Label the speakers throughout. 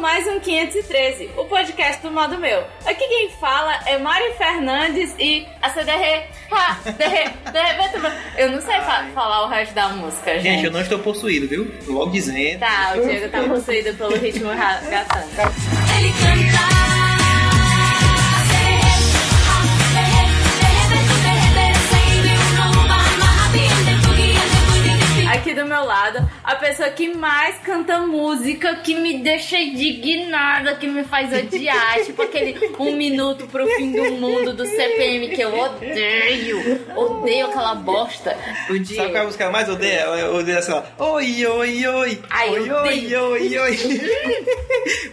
Speaker 1: mais um 513, o podcast do modo meu. Aqui quem fala é Mari Fernandes e a CDR. Ha, derre, derre, eu não sei fa- falar o resto da música, gente.
Speaker 2: Gente, eu não estou possuído, viu? Logo dizendo.
Speaker 1: Tá, o Diego tá possuído pelo ritmo ra- gatando.
Speaker 3: Ele canta.
Speaker 1: Aqui do meu lado, a pessoa que mais canta música, que me deixa indignada, que me faz odiar, tipo aquele um minuto pro fim do mundo do CPM que eu odeio. Odeio aquela bosta. O
Speaker 2: Sabe qual é a
Speaker 1: Diego.
Speaker 2: música que eu mais odeia? Eu odeio assim, ó. Oi, oi, oi.
Speaker 1: Ai,
Speaker 2: oi,
Speaker 1: eu
Speaker 2: oi,
Speaker 1: odeio.
Speaker 2: oi, oi.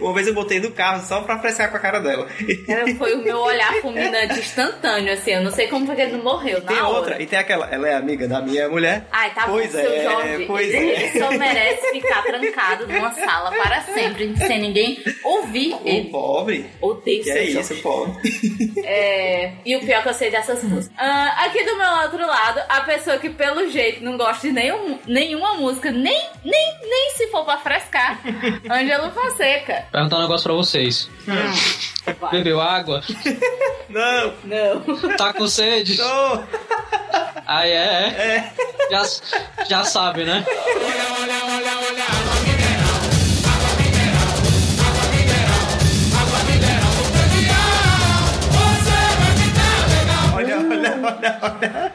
Speaker 2: Uma vez eu botei no carro só pra apreciar com a cara dela.
Speaker 1: Cara, foi o meu olhar fulminante instantâneo, assim. Eu não sei como foi que ele não morreu, na
Speaker 2: Tem
Speaker 1: hora.
Speaker 2: outra, e tem aquela. Ela é amiga da minha mulher.
Speaker 1: Ai, tá
Speaker 2: pois
Speaker 1: bom,
Speaker 2: é,
Speaker 1: seu Jorge.
Speaker 2: Pois
Speaker 1: ele
Speaker 2: é.
Speaker 1: só merece ficar trancado numa sala para sempre, sem ninguém ouvir
Speaker 2: O
Speaker 1: ele.
Speaker 2: pobre.
Speaker 1: Odeio
Speaker 2: Que
Speaker 1: seu
Speaker 2: é
Speaker 1: Jorge.
Speaker 2: isso, pobre.
Speaker 1: É, e o pior é que eu sei dessas músicas. Ah, aqui do meu outro lado, a pessoa que pelo jeito não gosta de nenhum, nenhuma música, nem, nem, nem se for pra frescar, Ângelo Fonseca.
Speaker 4: Perguntar um negócio pra vocês.
Speaker 1: Vai.
Speaker 4: Bebeu água?
Speaker 2: Não,
Speaker 1: Não.
Speaker 4: Tá com sede?
Speaker 2: não.
Speaker 4: Aí é, é. Já, já sabe, né?
Speaker 2: Olha, olha, olha, olha.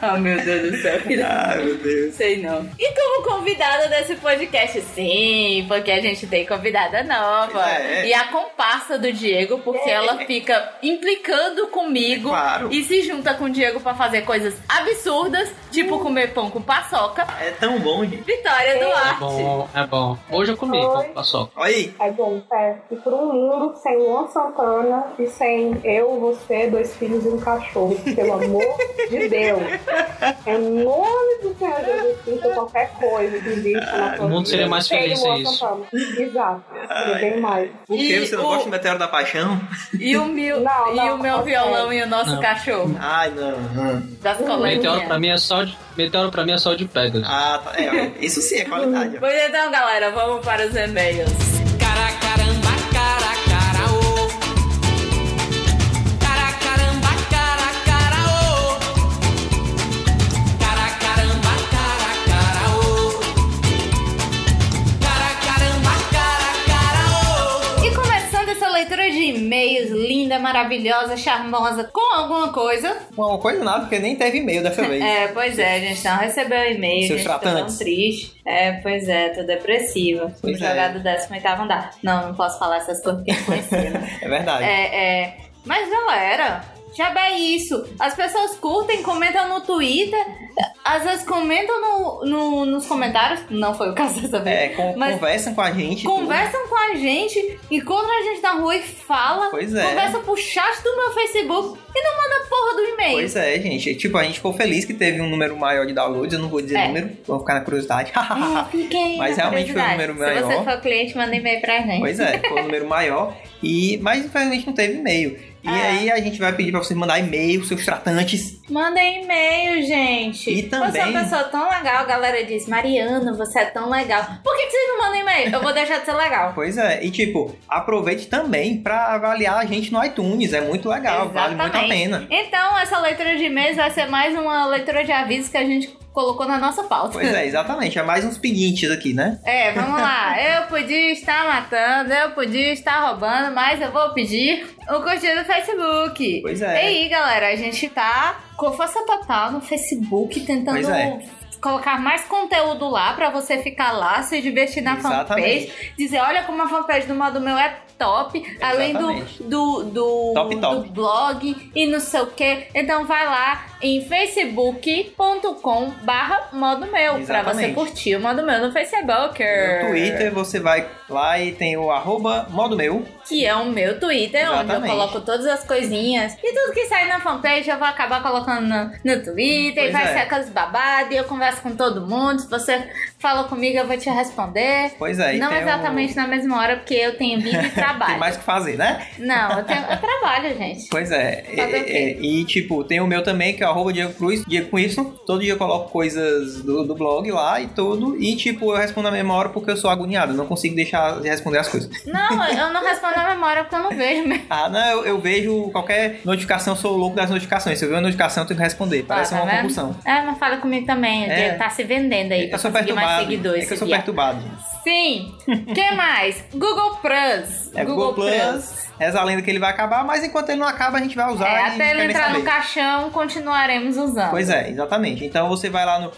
Speaker 1: Ah, meu Deus do céu.
Speaker 2: Ai, meu Deus.
Speaker 1: Sei não. E como convidada desse podcast, sim, porque a gente tem convidada nova.
Speaker 2: É, é.
Speaker 1: E a comparsa do Diego, porque ela fica implicando comigo
Speaker 2: É claro.
Speaker 1: e se junta com o Diego pra fazer coisas absurdas, tipo
Speaker 2: Uhum.
Speaker 1: comer pão com paçoca.
Speaker 2: É tão bom, gente.
Speaker 1: Vitória
Speaker 4: É
Speaker 1: Duarte.
Speaker 4: bom, é bom. Hoje eu comi,
Speaker 5: Oi.
Speaker 4: pão, paçoca.
Speaker 2: Olha aí.
Speaker 5: A gente é e por um mundo sem Luan Santana e sem eu, você, dois filhos e um cachorro. Pelo amor de Deus. Em nome do Senhor Jesus Cristo, qualquer coisa que existe na sua
Speaker 4: O mundo
Speaker 5: vida,
Speaker 4: seria mais
Speaker 5: sem
Speaker 4: feliz
Speaker 5: Luan
Speaker 4: sem isso.
Speaker 5: Santana. Exato. Seria bem mais.
Speaker 2: Por que
Speaker 1: E
Speaker 2: você não
Speaker 1: o-
Speaker 2: gosta do Meteoro da Paixão?
Speaker 1: E o meu,
Speaker 5: Não,
Speaker 1: e
Speaker 5: não,
Speaker 1: o meu
Speaker 5: ok.
Speaker 1: violão e o nosso
Speaker 4: Não.
Speaker 1: cachorro
Speaker 2: Ai, não.
Speaker 1: das
Speaker 5: Então,
Speaker 4: Meteoro pra
Speaker 1: coleguinhas.
Speaker 4: mim é só de, meteoro pra mim é só de pedra.
Speaker 2: Ah, tá. É, ó, isso sim é qualidade. ó.
Speaker 1: Pois então, galera, vamos para os e-mails.
Speaker 6: Caracaramba, caracaraô. Caracaramba, caracaraô. Caracaramba, caracaraô. Caracaramba, caracaraô.
Speaker 1: E começando essa leitura de e-mails linda, maravilhosa, charmosa, com alguma coisa,
Speaker 2: Uma coisa nada, porque nem teve e-mail dessa vez.
Speaker 1: É, pois é, a gente não recebeu e-mail,
Speaker 2: Seus
Speaker 1: gente tá tão
Speaker 2: tratantes.
Speaker 1: triste. É, pois é, tô depressiva. Fui
Speaker 2: Pois é.
Speaker 1: jogada do 18 andar. Não, não posso falar essas coisas que influenciam.
Speaker 2: É verdade.
Speaker 1: é, é. Mas galera, já é isso. As pessoas curtem, comentam no Twitter, às vezes comentam no, no- nos comentários, não foi o caso dessa vez.
Speaker 2: É, tipo, con-
Speaker 1: Mas-
Speaker 2: conversam com a gente.
Speaker 1: Conversam com a gente, encontram a gente na rua e fala.
Speaker 2: Pois é.
Speaker 1: Conversa pro chat do meu Facebook e não manda porra do e-mail.
Speaker 2: Pois é, gente. Tipo, a gente ficou feliz que teve um número maior de downloads. Eu não vou dizer
Speaker 1: É.
Speaker 2: número, vou ficar na curiosidade.
Speaker 1: É, fiquem
Speaker 2: Ah, Mas
Speaker 1: na
Speaker 2: realmente foi um
Speaker 1: curiosidade.
Speaker 2: número maior.
Speaker 1: Se você for cliente, manda e-mail pra gente.
Speaker 2: pois é, foi um número maior. E, mas infelizmente não teve e-mail. E
Speaker 1: É.
Speaker 2: aí a gente vai pedir pra vocês mandar e-mail, seus tratantes.
Speaker 1: Manda e-mail, gente.
Speaker 2: E
Speaker 1: Você é uma
Speaker 2: também-
Speaker 1: pessoa tão legal. A galera diz, Mariano, você é tão legal. Por que, que você não manda e-mail? Eu vou deixar de ser legal.
Speaker 2: Pois é, e tipo, aproveite também pra avaliar a gente no iTunes. É muito legal, vale muito a
Speaker 1: Exatamente.
Speaker 2: pena.
Speaker 1: Então, essa leitura de e-mails vai ser mais uma leitura de avisos que a gente colocou na nossa pauta.
Speaker 2: Pois é, exatamente. É mais uns pedintes aqui, né?
Speaker 1: É, vamos lá. Eu podia estar matando, eu podia estar roubando, mas eu vou pedir o curtir do Facebook.
Speaker 2: Pois
Speaker 1: E
Speaker 2: é.
Speaker 1: aí, galera, a gente tá com força total no Facebook, tentando
Speaker 2: Pois é.
Speaker 1: colocar mais conteúdo lá pra você ficar lá, se divertir na
Speaker 2: Exatamente.
Speaker 1: fanpage, dizer, olha como a fanpage do modo meu é top, além
Speaker 2: Exatamente.
Speaker 1: do, do, do,
Speaker 2: Top, top.
Speaker 1: do blog e não sei o que. Então vai lá em facebook.com barra modo meu pra você
Speaker 2: Exatamente.
Speaker 1: curtir o modo meu no Facebook.
Speaker 2: No Twitter você vai lá e tem o arroba modo meu.
Speaker 1: Que é o meu Twitter, onde
Speaker 2: Exatamente.
Speaker 1: eu coloco todas as coisinhas. E tudo que sai na fanpage eu vou acabar colocando no, no Twitter. e
Speaker 2: Pois
Speaker 1: vai
Speaker 2: é.
Speaker 1: ser aquelas babadas e eu converso com todo mundo. Se você fala comigo, eu vou te responder.
Speaker 2: Pois é. e
Speaker 1: Não
Speaker 2: tem o-
Speaker 1: exatamente na mesma hora, porque eu tenho vida e
Speaker 2: Tem
Speaker 1: trabalho.
Speaker 2: mais o que fazer, né?
Speaker 1: Não, eu, tenho, eu trabalho, gente.
Speaker 2: Pois é.
Speaker 1: Fazer o quê?
Speaker 2: E, e- e, tipo, tem o meu também, que é o arroba Diego Cruz, Diego com Y. Todo dia eu coloco coisas do, do blog lá e tudo. E, tipo, eu respondo na mesma hora porque eu sou agoniado. eu Não consigo deixar de responder as coisas.
Speaker 1: Não, eu não respondo a memória porque eu não vejo mesmo.
Speaker 2: Ah, não, eu, eu vejo qualquer notificação, eu sou louco das notificações. Se eu ver uma notificação, eu tenho que responder. Parece
Speaker 1: Ó, tá
Speaker 2: uma
Speaker 1: vendo?
Speaker 2: compulsão.
Speaker 1: É, mas fala comigo também.
Speaker 2: É.
Speaker 1: Diego Tá se vendendo aí pra
Speaker 2: Eu sou
Speaker 1: conseguir mais
Speaker 2: perturbado.
Speaker 1: seguidores.
Speaker 2: É que eu
Speaker 1: esse
Speaker 2: sou
Speaker 1: viado.
Speaker 2: perturbado.
Speaker 1: Sim. que mais? Google Plus.
Speaker 2: É Google, Plus, essa lenda que ele vai acabar, mas enquanto ele não acaba, a gente vai usar
Speaker 1: É,
Speaker 2: e
Speaker 1: até
Speaker 2: quer
Speaker 1: ele
Speaker 2: nem
Speaker 1: entrar
Speaker 2: saber.
Speaker 1: no caixão, continuaremos usando.
Speaker 2: Pois é, exatamente. Então você vai lá no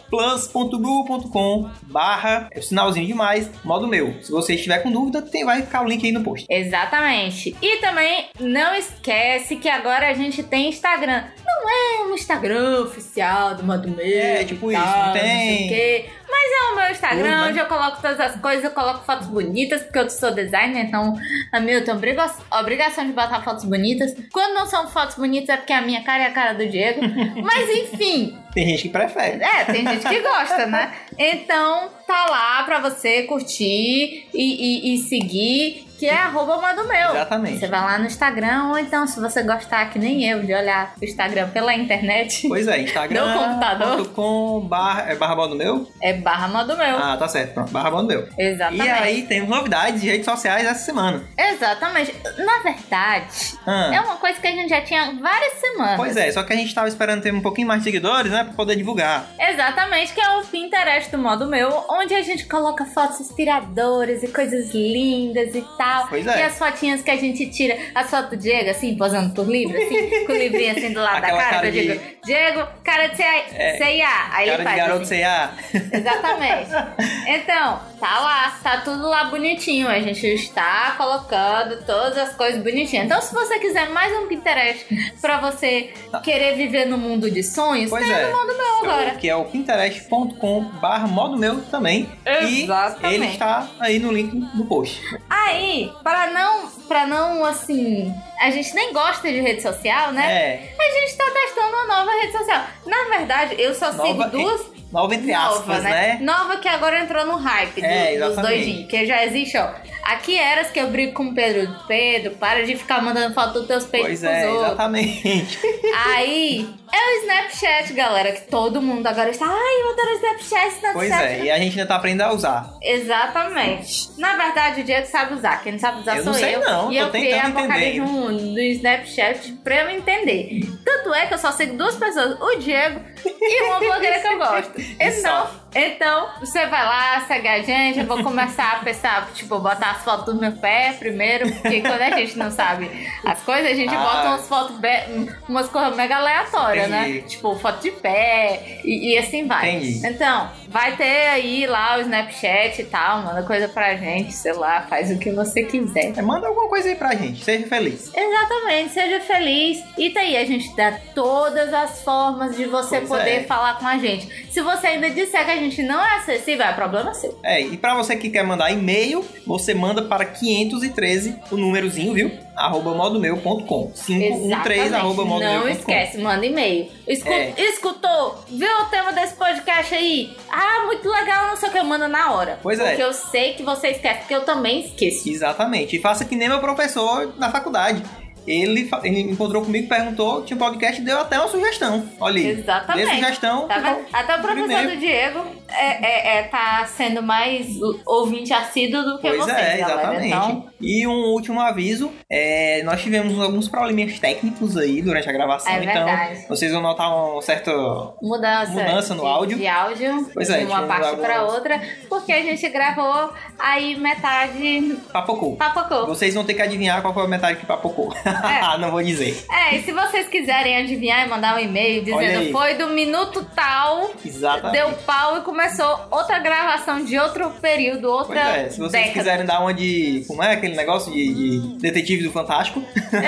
Speaker 2: plus.google.com barra é o sinalzinho de mais, modo meu. Se você estiver com dúvida, tem, vai ficar o link aí no post.
Speaker 1: Exatamente. E também não esquece que agora a gente tem Instagram. Não é um Instagram oficial do Modo Meu.
Speaker 2: É,
Speaker 1: e
Speaker 2: tipo
Speaker 1: tal,
Speaker 2: isso, não
Speaker 1: sei
Speaker 2: tem.
Speaker 1: o quê. Mas é o meu Instagram,
Speaker 2: Tudo, né?
Speaker 1: onde eu coloco todas as coisas, eu coloco fotos bonitas, porque eu sou designer, então a minha eu tenho obriga- obrigação de botar fotos bonitas. Quando não são fotos bonitas, é porque a minha cara é a cara do Diego. Mas enfim,
Speaker 2: Tem gente que prefere.
Speaker 1: é, tem gente que gosta, né? Então, tá lá pra você curtir e, e- e seguir, que é arroba manda o meu.
Speaker 2: Exatamente.
Speaker 1: Você vai lá no Instagram, ou então, se você gostar, que nem eu, de olhar o Instagram pela internet,
Speaker 2: Pois é,
Speaker 1: No computador.
Speaker 2: instagram.com barra, é barra modo meu?
Speaker 1: é barra manda o meu.
Speaker 2: Ah, tá certo, pronto, barra modo meu.
Speaker 1: Exatamente.
Speaker 2: E aí temos novidades de redes sociais essa semana.
Speaker 1: Exatamente. Na verdade,
Speaker 2: Ah,
Speaker 1: é uma coisa que a gente já tinha várias semanas.
Speaker 2: Pois é, só que a gente tava esperando ter um pouquinho mais de seguidores, né, pra poder divulgar.
Speaker 1: Exatamente, que é o Pinterest do modo meu, onde a gente coloca fotos inspiradoras e coisas lindas e tal.
Speaker 2: Pois
Speaker 1: E
Speaker 2: é.
Speaker 1: as fotinhas que a gente tira, as fotos do Diego, assim, posando por livro, assim, com o livrinho assim do lado
Speaker 2: Aquela
Speaker 1: da cara,
Speaker 2: cara
Speaker 1: eu
Speaker 2: de-
Speaker 1: digo, Diego, cara de CIA.
Speaker 2: É,
Speaker 1: Aí ele
Speaker 2: Cara de
Speaker 1: faz
Speaker 2: garoto
Speaker 1: assim.
Speaker 2: C&A.
Speaker 1: Exatamente. Então, tá lá, tá tudo lá bonitinho. A gente está colocando todas as coisas bonitinhas. Então, se você quiser mais um Pinterest pra você querer viver no mundo de sonhos,
Speaker 2: Tá. Pois
Speaker 1: tem
Speaker 2: é.
Speaker 1: no mundo meu agora.
Speaker 2: que é o pinterest.com barra modo meu também. E
Speaker 1: Exatamente.
Speaker 2: ele está aí no link do post.
Speaker 1: Aí, para não, para não assim, a gente nem gosta de rede social, né?
Speaker 2: É,
Speaker 1: A gente tá testando uma nova rede social. Na verdade, eu só
Speaker 2: Nova,
Speaker 1: sigo duas
Speaker 2: nova entre aspas,
Speaker 1: novas,
Speaker 2: né?
Speaker 1: Nova que agora entrou no hype do-
Speaker 2: É,
Speaker 1: dos
Speaker 2: exatamente.
Speaker 1: doidinhos, que já existe, ó. Aqui eras que eu brigo com o Pedro. Pedro, para de ficar mandando foto dos teus peitos
Speaker 2: Pois
Speaker 1: pros
Speaker 2: é,
Speaker 1: tipo outros.
Speaker 2: exatamente.
Speaker 1: Aí, é o Snapchat, galera, que todo mundo agora está. Ai, eu adoro Snapchat, Snapchat.
Speaker 2: pois é, e a gente ainda tá aprendendo a usar.
Speaker 1: Exatamente. Na verdade, o Diego sabe usar. Quem não sabe usar
Speaker 2: Eu
Speaker 1: sou
Speaker 2: não sei
Speaker 1: eu.
Speaker 2: não,
Speaker 1: e
Speaker 2: tô
Speaker 1: eu criei a
Speaker 2: tentando
Speaker 1: porcaria
Speaker 2: entender.
Speaker 1: no, no Snapchat pra eu entender. Tanto é que eu só sigo duas pessoas, o Diego e uma blogueira que eu gosto. Então, então, você vai lá, segue a gente. Eu vou começar a pensar, tipo, botar as fotos do meu pé primeiro, porque quando a gente não sabe as coisas, a gente
Speaker 2: Ah.
Speaker 1: bota umas fotos, be- umas coisas mega aleatórias, né?
Speaker 2: Entendi.
Speaker 1: Tipo, foto de pé e, e assim vai.
Speaker 2: Entendi.
Speaker 1: Então, vai ter aí lá o Snapchat e tal, manda coisa pra gente, sei lá, faz o que você quiser.
Speaker 2: É, manda alguma coisa aí pra gente, seja feliz.
Speaker 1: Exatamente, seja feliz. E daí a gente dá todas as formas de você
Speaker 2: Pois
Speaker 1: poder
Speaker 2: é.
Speaker 1: falar com a gente. Se você ainda disser que a gente não é acessível, é problema seu.
Speaker 2: É, e pra você que quer mandar e-mail, você manda para 513, o númerozinho, viu? arroba modomeu.com. 513 arroba modomeu.com.
Speaker 1: Não esquece, manda e-mail. Escu-
Speaker 2: É.
Speaker 1: Escutou? Viu o tema desse podcast aí? Ah, muito legal, não sei o que, manda na hora.
Speaker 2: Pois é.
Speaker 1: porque eu sei que você esquece, porque eu também esqueço.
Speaker 2: Exatamente. E faça que nem meu professor na faculdade. Ele, fa- ele encontrou comigo, perguntou, tinha um podcast, deu até uma sugestão. Olha aí.
Speaker 1: Exatamente.
Speaker 2: Dê sugestão.
Speaker 1: Tá
Speaker 2: então,
Speaker 1: vendo? Até o professor
Speaker 2: primeiro.
Speaker 1: do Diego é, é- é- tá sendo mais ouvinte assíduo do que
Speaker 2: Pois
Speaker 1: vocês,
Speaker 2: é,
Speaker 1: galera.
Speaker 2: exatamente.
Speaker 1: Então,
Speaker 2: E um último aviso: é, nós tivemos alguns probleminhas técnicos aí durante a gravação,
Speaker 1: É
Speaker 2: então
Speaker 1: verdade.
Speaker 2: vocês vão notar um certo.
Speaker 1: mudança,
Speaker 2: Mudança no
Speaker 1: de,
Speaker 2: áudio.
Speaker 1: de áudio
Speaker 2: Pois é,
Speaker 1: de uma
Speaker 2: tivemos
Speaker 1: parte pra
Speaker 2: algumas-
Speaker 1: outra, porque a gente gravou aí metade
Speaker 2: papocou.
Speaker 1: papocou.
Speaker 2: Vocês vão ter que adivinhar qual foi a metade que papocou.
Speaker 1: É.
Speaker 2: Não vou dizer.
Speaker 1: É, e se vocês quiserem adivinhar e mandar um e-mail
Speaker 2: Olha
Speaker 1: dizendo
Speaker 2: aí.
Speaker 1: foi do minuto tal,
Speaker 2: Exatamente.
Speaker 1: deu pau e começou outra gravação de outro período,
Speaker 2: Pois
Speaker 1: outra
Speaker 2: é, se vocês
Speaker 1: década.
Speaker 2: quiserem dar uma de. Como é aquele negócio de, de detetive do Fantástico?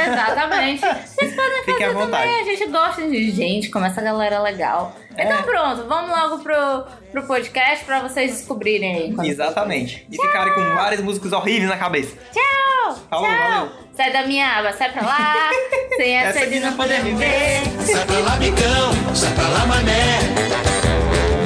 Speaker 1: Exatamente. Vocês podem
Speaker 2: Fiquem à
Speaker 1: fazer
Speaker 2: vontade.
Speaker 1: também. A gente gosta de gente, como essa galera é legal. Então pronto, vamos logo pro, pro podcast pra vocês descobrirem aí. quando-
Speaker 2: Exatamente. E ficarem com várias músicas horríveis na cabeça.
Speaker 1: Tchau!
Speaker 2: Falou,
Speaker 1: tchau!
Speaker 2: valeu.
Speaker 1: Sai da minha aba, sai pra lá. Sem essa, de não poder viver.
Speaker 6: Sai pra lá, bicão, sai pra lá, mané.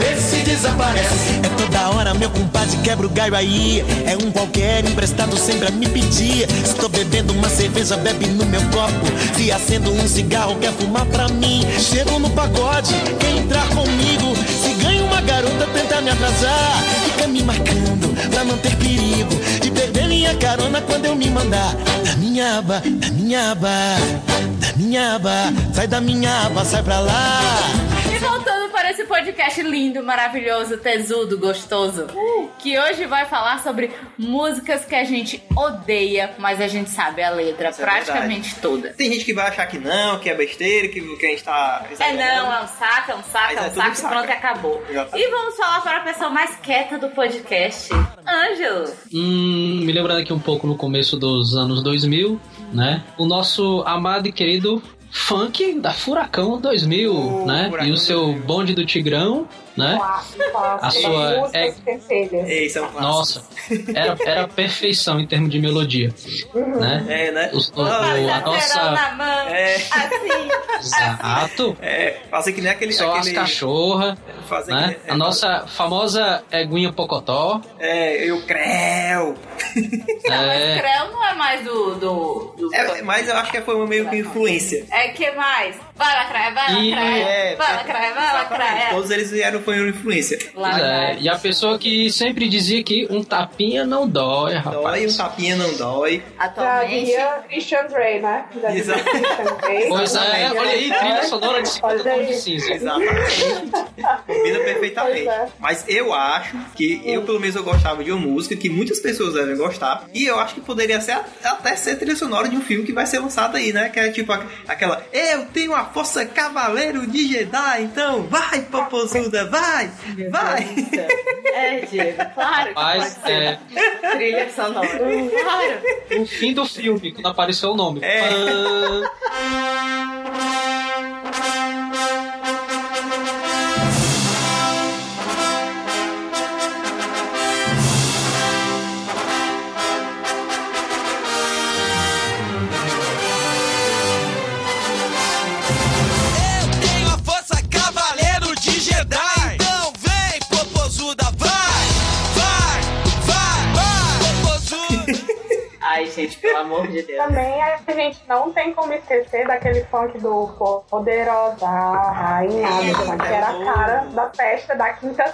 Speaker 6: Decide
Speaker 3: desaparece. É toda hora meu compadre quebra o galho aí. É um qualquer emprestado sempre a me pedir. Estou bebendo uma cerveja, bebe no meu copo. Se acendo um cigarro, quer fumar pra mim. Chego no pagode, quer entrar comigo. Se ganha uma garota, tenta me atrasar. Fica me marcando pra não ter perigo. De perder minha carona quando eu me mandar. Da minha aba, da minha aba, da minha aba. Sai da minha aba, sai pra lá.
Speaker 1: E voltando para esse podcast lindo, maravilhoso, tesudo, gostoso, que hoje vai falar sobre músicas que a gente odeia, mas a gente sabe a letra
Speaker 2: é
Speaker 1: praticamente toda.
Speaker 2: Tem gente que vai achar que não, que é besteira, que, que a gente tá.
Speaker 1: É
Speaker 2: exagerando.
Speaker 1: não, é um saco, é um saco,
Speaker 2: Mas
Speaker 1: é
Speaker 2: é
Speaker 1: um
Speaker 2: tudo
Speaker 1: saco,
Speaker 2: saco.
Speaker 1: pronto, acabou.
Speaker 2: Exatamente.
Speaker 1: E vamos falar para a pessoa mais quieta do podcast, Ângelo.
Speaker 4: Hum, me lembrando aqui um pouco no começo dos anos 2000, né? O nosso amado e querido funk da Furacão 2000,
Speaker 2: Oh,
Speaker 4: né?
Speaker 2: Furacão
Speaker 4: e o seu
Speaker 2: 2000.
Speaker 4: bonde do Tigrão, né?
Speaker 5: A
Speaker 4: sua- é-
Speaker 5: Músicas perfeitas.
Speaker 2: Ei, isso é um clássico.
Speaker 4: Nossa, era, era perfeição em termos de melodia, né?
Speaker 2: É, né?
Speaker 4: Os- o-
Speaker 2: Ah,
Speaker 4: o-
Speaker 1: Passa
Speaker 4: a
Speaker 1: a
Speaker 4: nossa-
Speaker 1: na mão,
Speaker 2: É.
Speaker 1: assim.
Speaker 4: Exato.
Speaker 2: É, fazer que nem aquele.
Speaker 4: Só as
Speaker 2: aquele
Speaker 4: cachorras,
Speaker 2: fazer que é
Speaker 4: né?
Speaker 2: nem-
Speaker 4: A nossa famosa eguinha Pocotó.
Speaker 2: É, eu creu.
Speaker 1: Não, mas
Speaker 4: É,
Speaker 1: Creu não é mais do... do, do-
Speaker 2: É, mas eu acho que foi meio que influência.
Speaker 1: É que mais? Vai lacraia, vai
Speaker 4: E-
Speaker 1: lacraia,
Speaker 2: É,
Speaker 1: vai lacraia, vai
Speaker 2: exatamente.
Speaker 1: lacraia.
Speaker 2: Todos eles vieram foi uma influência.
Speaker 1: Lá
Speaker 4: pois
Speaker 1: vai.
Speaker 4: é. E a pessoa que sempre dizia que um tapinha não dói,
Speaker 2: Dói, um
Speaker 4: rapaz.
Speaker 2: tapinha não dói.
Speaker 5: Já
Speaker 1: Atualmente,
Speaker 5: diria Christian Grey, né? Já diria
Speaker 2: Exato.
Speaker 5: Christian Grey.
Speaker 4: Pois é, olha aí, trilha
Speaker 5: É.
Speaker 4: sonora de 50
Speaker 5: Olha
Speaker 4: tons de
Speaker 5: aí.
Speaker 4: cinza.
Speaker 2: Exatamente. Combina perfeitamente.
Speaker 5: Pois é.
Speaker 2: Mas eu acho que eu, pelo menos, eu gostava de uma música que muitas pessoas devem gostar. E eu acho que poderia ser até ser trilha sonora de um filme que vai ser lançado aí, né? Que é tipo a- aquela Eu tenho a força cavaleiro de Jedi, então vai, popozuda, vai, vai.
Speaker 1: é, Diego, claro que
Speaker 4: Mas
Speaker 1: pode ser.
Speaker 4: é,
Speaker 1: Trilha sonora. Claro.
Speaker 4: no fim do filme, quando apareceu o nome.
Speaker 2: É.
Speaker 4: Pã.
Speaker 6: Tenho a força cavaleiro de Jedi. Então vem, popozuda, vai! Vai! Vai! Vai! Popozuda!
Speaker 1: Ai, gente, pelo amor de Deus.
Speaker 5: Também a gente não tem como esquecer daquele funk do Poderosa Rainha, que era a cara da festa da quinta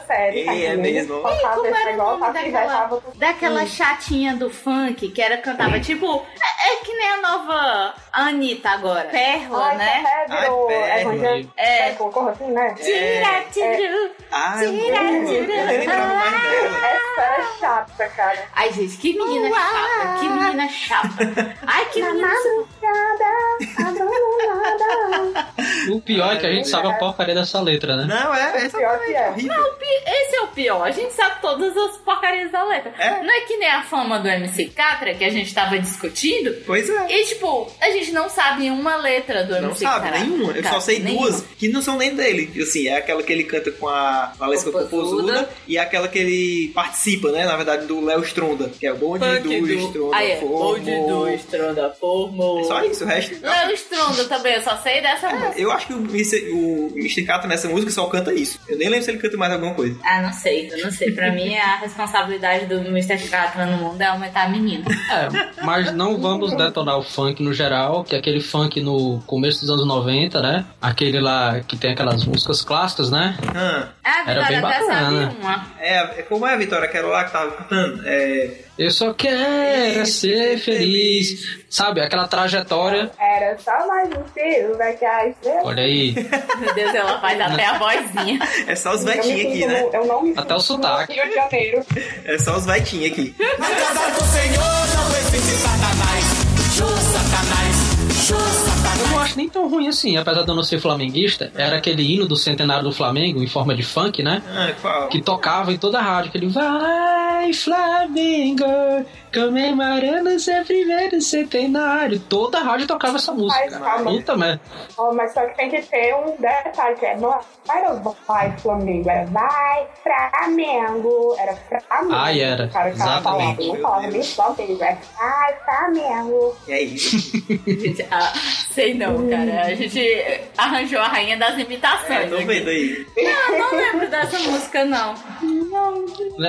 Speaker 2: é
Speaker 5: série.
Speaker 2: Ei,
Speaker 5: tá aqui,
Speaker 2: é
Speaker 5: né?
Speaker 2: mesmo.
Speaker 5: Só
Speaker 1: Como
Speaker 5: fazer esse
Speaker 1: era o
Speaker 5: negócio, assim,
Speaker 1: nome
Speaker 5: acho que já
Speaker 1: daquela,
Speaker 5: tava-
Speaker 1: daquela chatinha do funk que era cantava tipo. É, é que nem a nova Anitta agora. Pérola,
Speaker 5: Ai, é
Speaker 1: né?
Speaker 5: até virou
Speaker 2: Ai, pera,
Speaker 5: evangélico,
Speaker 1: É.
Speaker 5: é, concorra assim, né?
Speaker 1: Tira, tira.
Speaker 2: É. Ah, eu
Speaker 1: Tira,
Speaker 2: eu
Speaker 1: tira.
Speaker 2: nem lembrava mais dela.
Speaker 5: Essa era chata, cara.
Speaker 1: Ai, gente, que menina
Speaker 2: é.
Speaker 1: chata. Que menina chata. Ai, que menina.
Speaker 4: O pior é que a gente
Speaker 5: É.
Speaker 4: sabe a porcaria dessa letra,
Speaker 1: Ah.
Speaker 4: né?
Speaker 2: Não, é, é
Speaker 5: Pior que é.
Speaker 2: horrível.
Speaker 1: Esse é o pior. A gente sabe todas as porcarias da letra.
Speaker 2: É.
Speaker 1: Não é que nem a fama do MC Catra que a gente tava discutindo.
Speaker 2: Pois é.
Speaker 1: E, tipo, a gente não sabe uma letra do
Speaker 2: Não
Speaker 1: MC
Speaker 2: sabe,
Speaker 1: Catra.
Speaker 2: nenhuma. Eu só
Speaker 1: Catra,
Speaker 2: sei
Speaker 1: Tá, nenhuma.
Speaker 2: duas que não são nem dele. Assim, é aquela que ele canta com a Valesca
Speaker 1: Popozuda.
Speaker 2: Popozuda e é aquela que ele participa, né? Na verdade, do Léo Stronda, que é o Bonde
Speaker 1: Funk
Speaker 2: do
Speaker 1: do-
Speaker 2: Stronda.
Speaker 1: Ah, é.
Speaker 2: Formou.
Speaker 1: Bonde do Stronda Formou.
Speaker 2: É Só isso, o resto.
Speaker 1: Léo Stronda também, eu só sei dessa música.
Speaker 2: Eu acho que o Mr. o Mr. Catra nessa música só canta isso. Eu nem lembro se ele canta mais alguma coisa.
Speaker 1: Ah, não sei, eu não sei. Pra mim, a responsabilidade do Mr. Catra no mundo é aumentar a menina.
Speaker 4: É, mas não vamos detonar o funk no geral, que é aquele funk no começo dos anos 90, né? Aquele lá que tem aquelas músicas clássicas, né?
Speaker 2: Ah,
Speaker 1: Ah, a
Speaker 4: Era
Speaker 1: Vitória
Speaker 4: bem
Speaker 1: até sabe
Speaker 4: bacana.
Speaker 1: uma.
Speaker 2: é, é- como é a Vitória aquela lá que tava cantando? É,
Speaker 4: Eu só quero é ser feliz. Sabe, aquela trajetória.
Speaker 5: Era só mais um Silva que a estrela.
Speaker 4: Olha aí,
Speaker 1: Meu Deus, ela faz até a vozinha.
Speaker 2: é só os
Speaker 5: Eu me
Speaker 2: vetinhos aqui,
Speaker 5: sinto
Speaker 2: né?
Speaker 5: no- Eu não me
Speaker 4: Até
Speaker 5: sinto
Speaker 4: o
Speaker 5: no
Speaker 4: sotaque.
Speaker 5: Rio de Janeiro.
Speaker 2: É só os vetinhos aqui.
Speaker 6: Vai É casar com o Senhor, não resiste Satanás! Show Satanás! Show Satanás!
Speaker 4: eu não acho nem tão ruim assim, apesar de eu não ser flamenguista. Era aquele hino do centenário do Flamengo em forma de funk, né?
Speaker 2: Ah, qual?
Speaker 4: Que tocava em toda a rádio, aquele vai. Vai, Flamengo, comemorando seu primeiro centenário. Toda a rádio tocava essa música.
Speaker 5: calma.
Speaker 4: Puta merda.
Speaker 5: Ó, mas só que tem que ter um detalhe, que é, não era vai Flamengo, era vai Flamengo, era Flamengo.
Speaker 4: Ai, era.
Speaker 5: O cara que tava falando,
Speaker 4: Exatamente.
Speaker 5: Não falava nem Flamengo, era vai Flamengo.
Speaker 2: E é isso.
Speaker 1: Gente, ah, sei não, cara. A gente arranjou a rainha das
Speaker 2: É,
Speaker 1: imitações.
Speaker 2: tô vendo aí.
Speaker 1: Eu não lembro dessa música, não.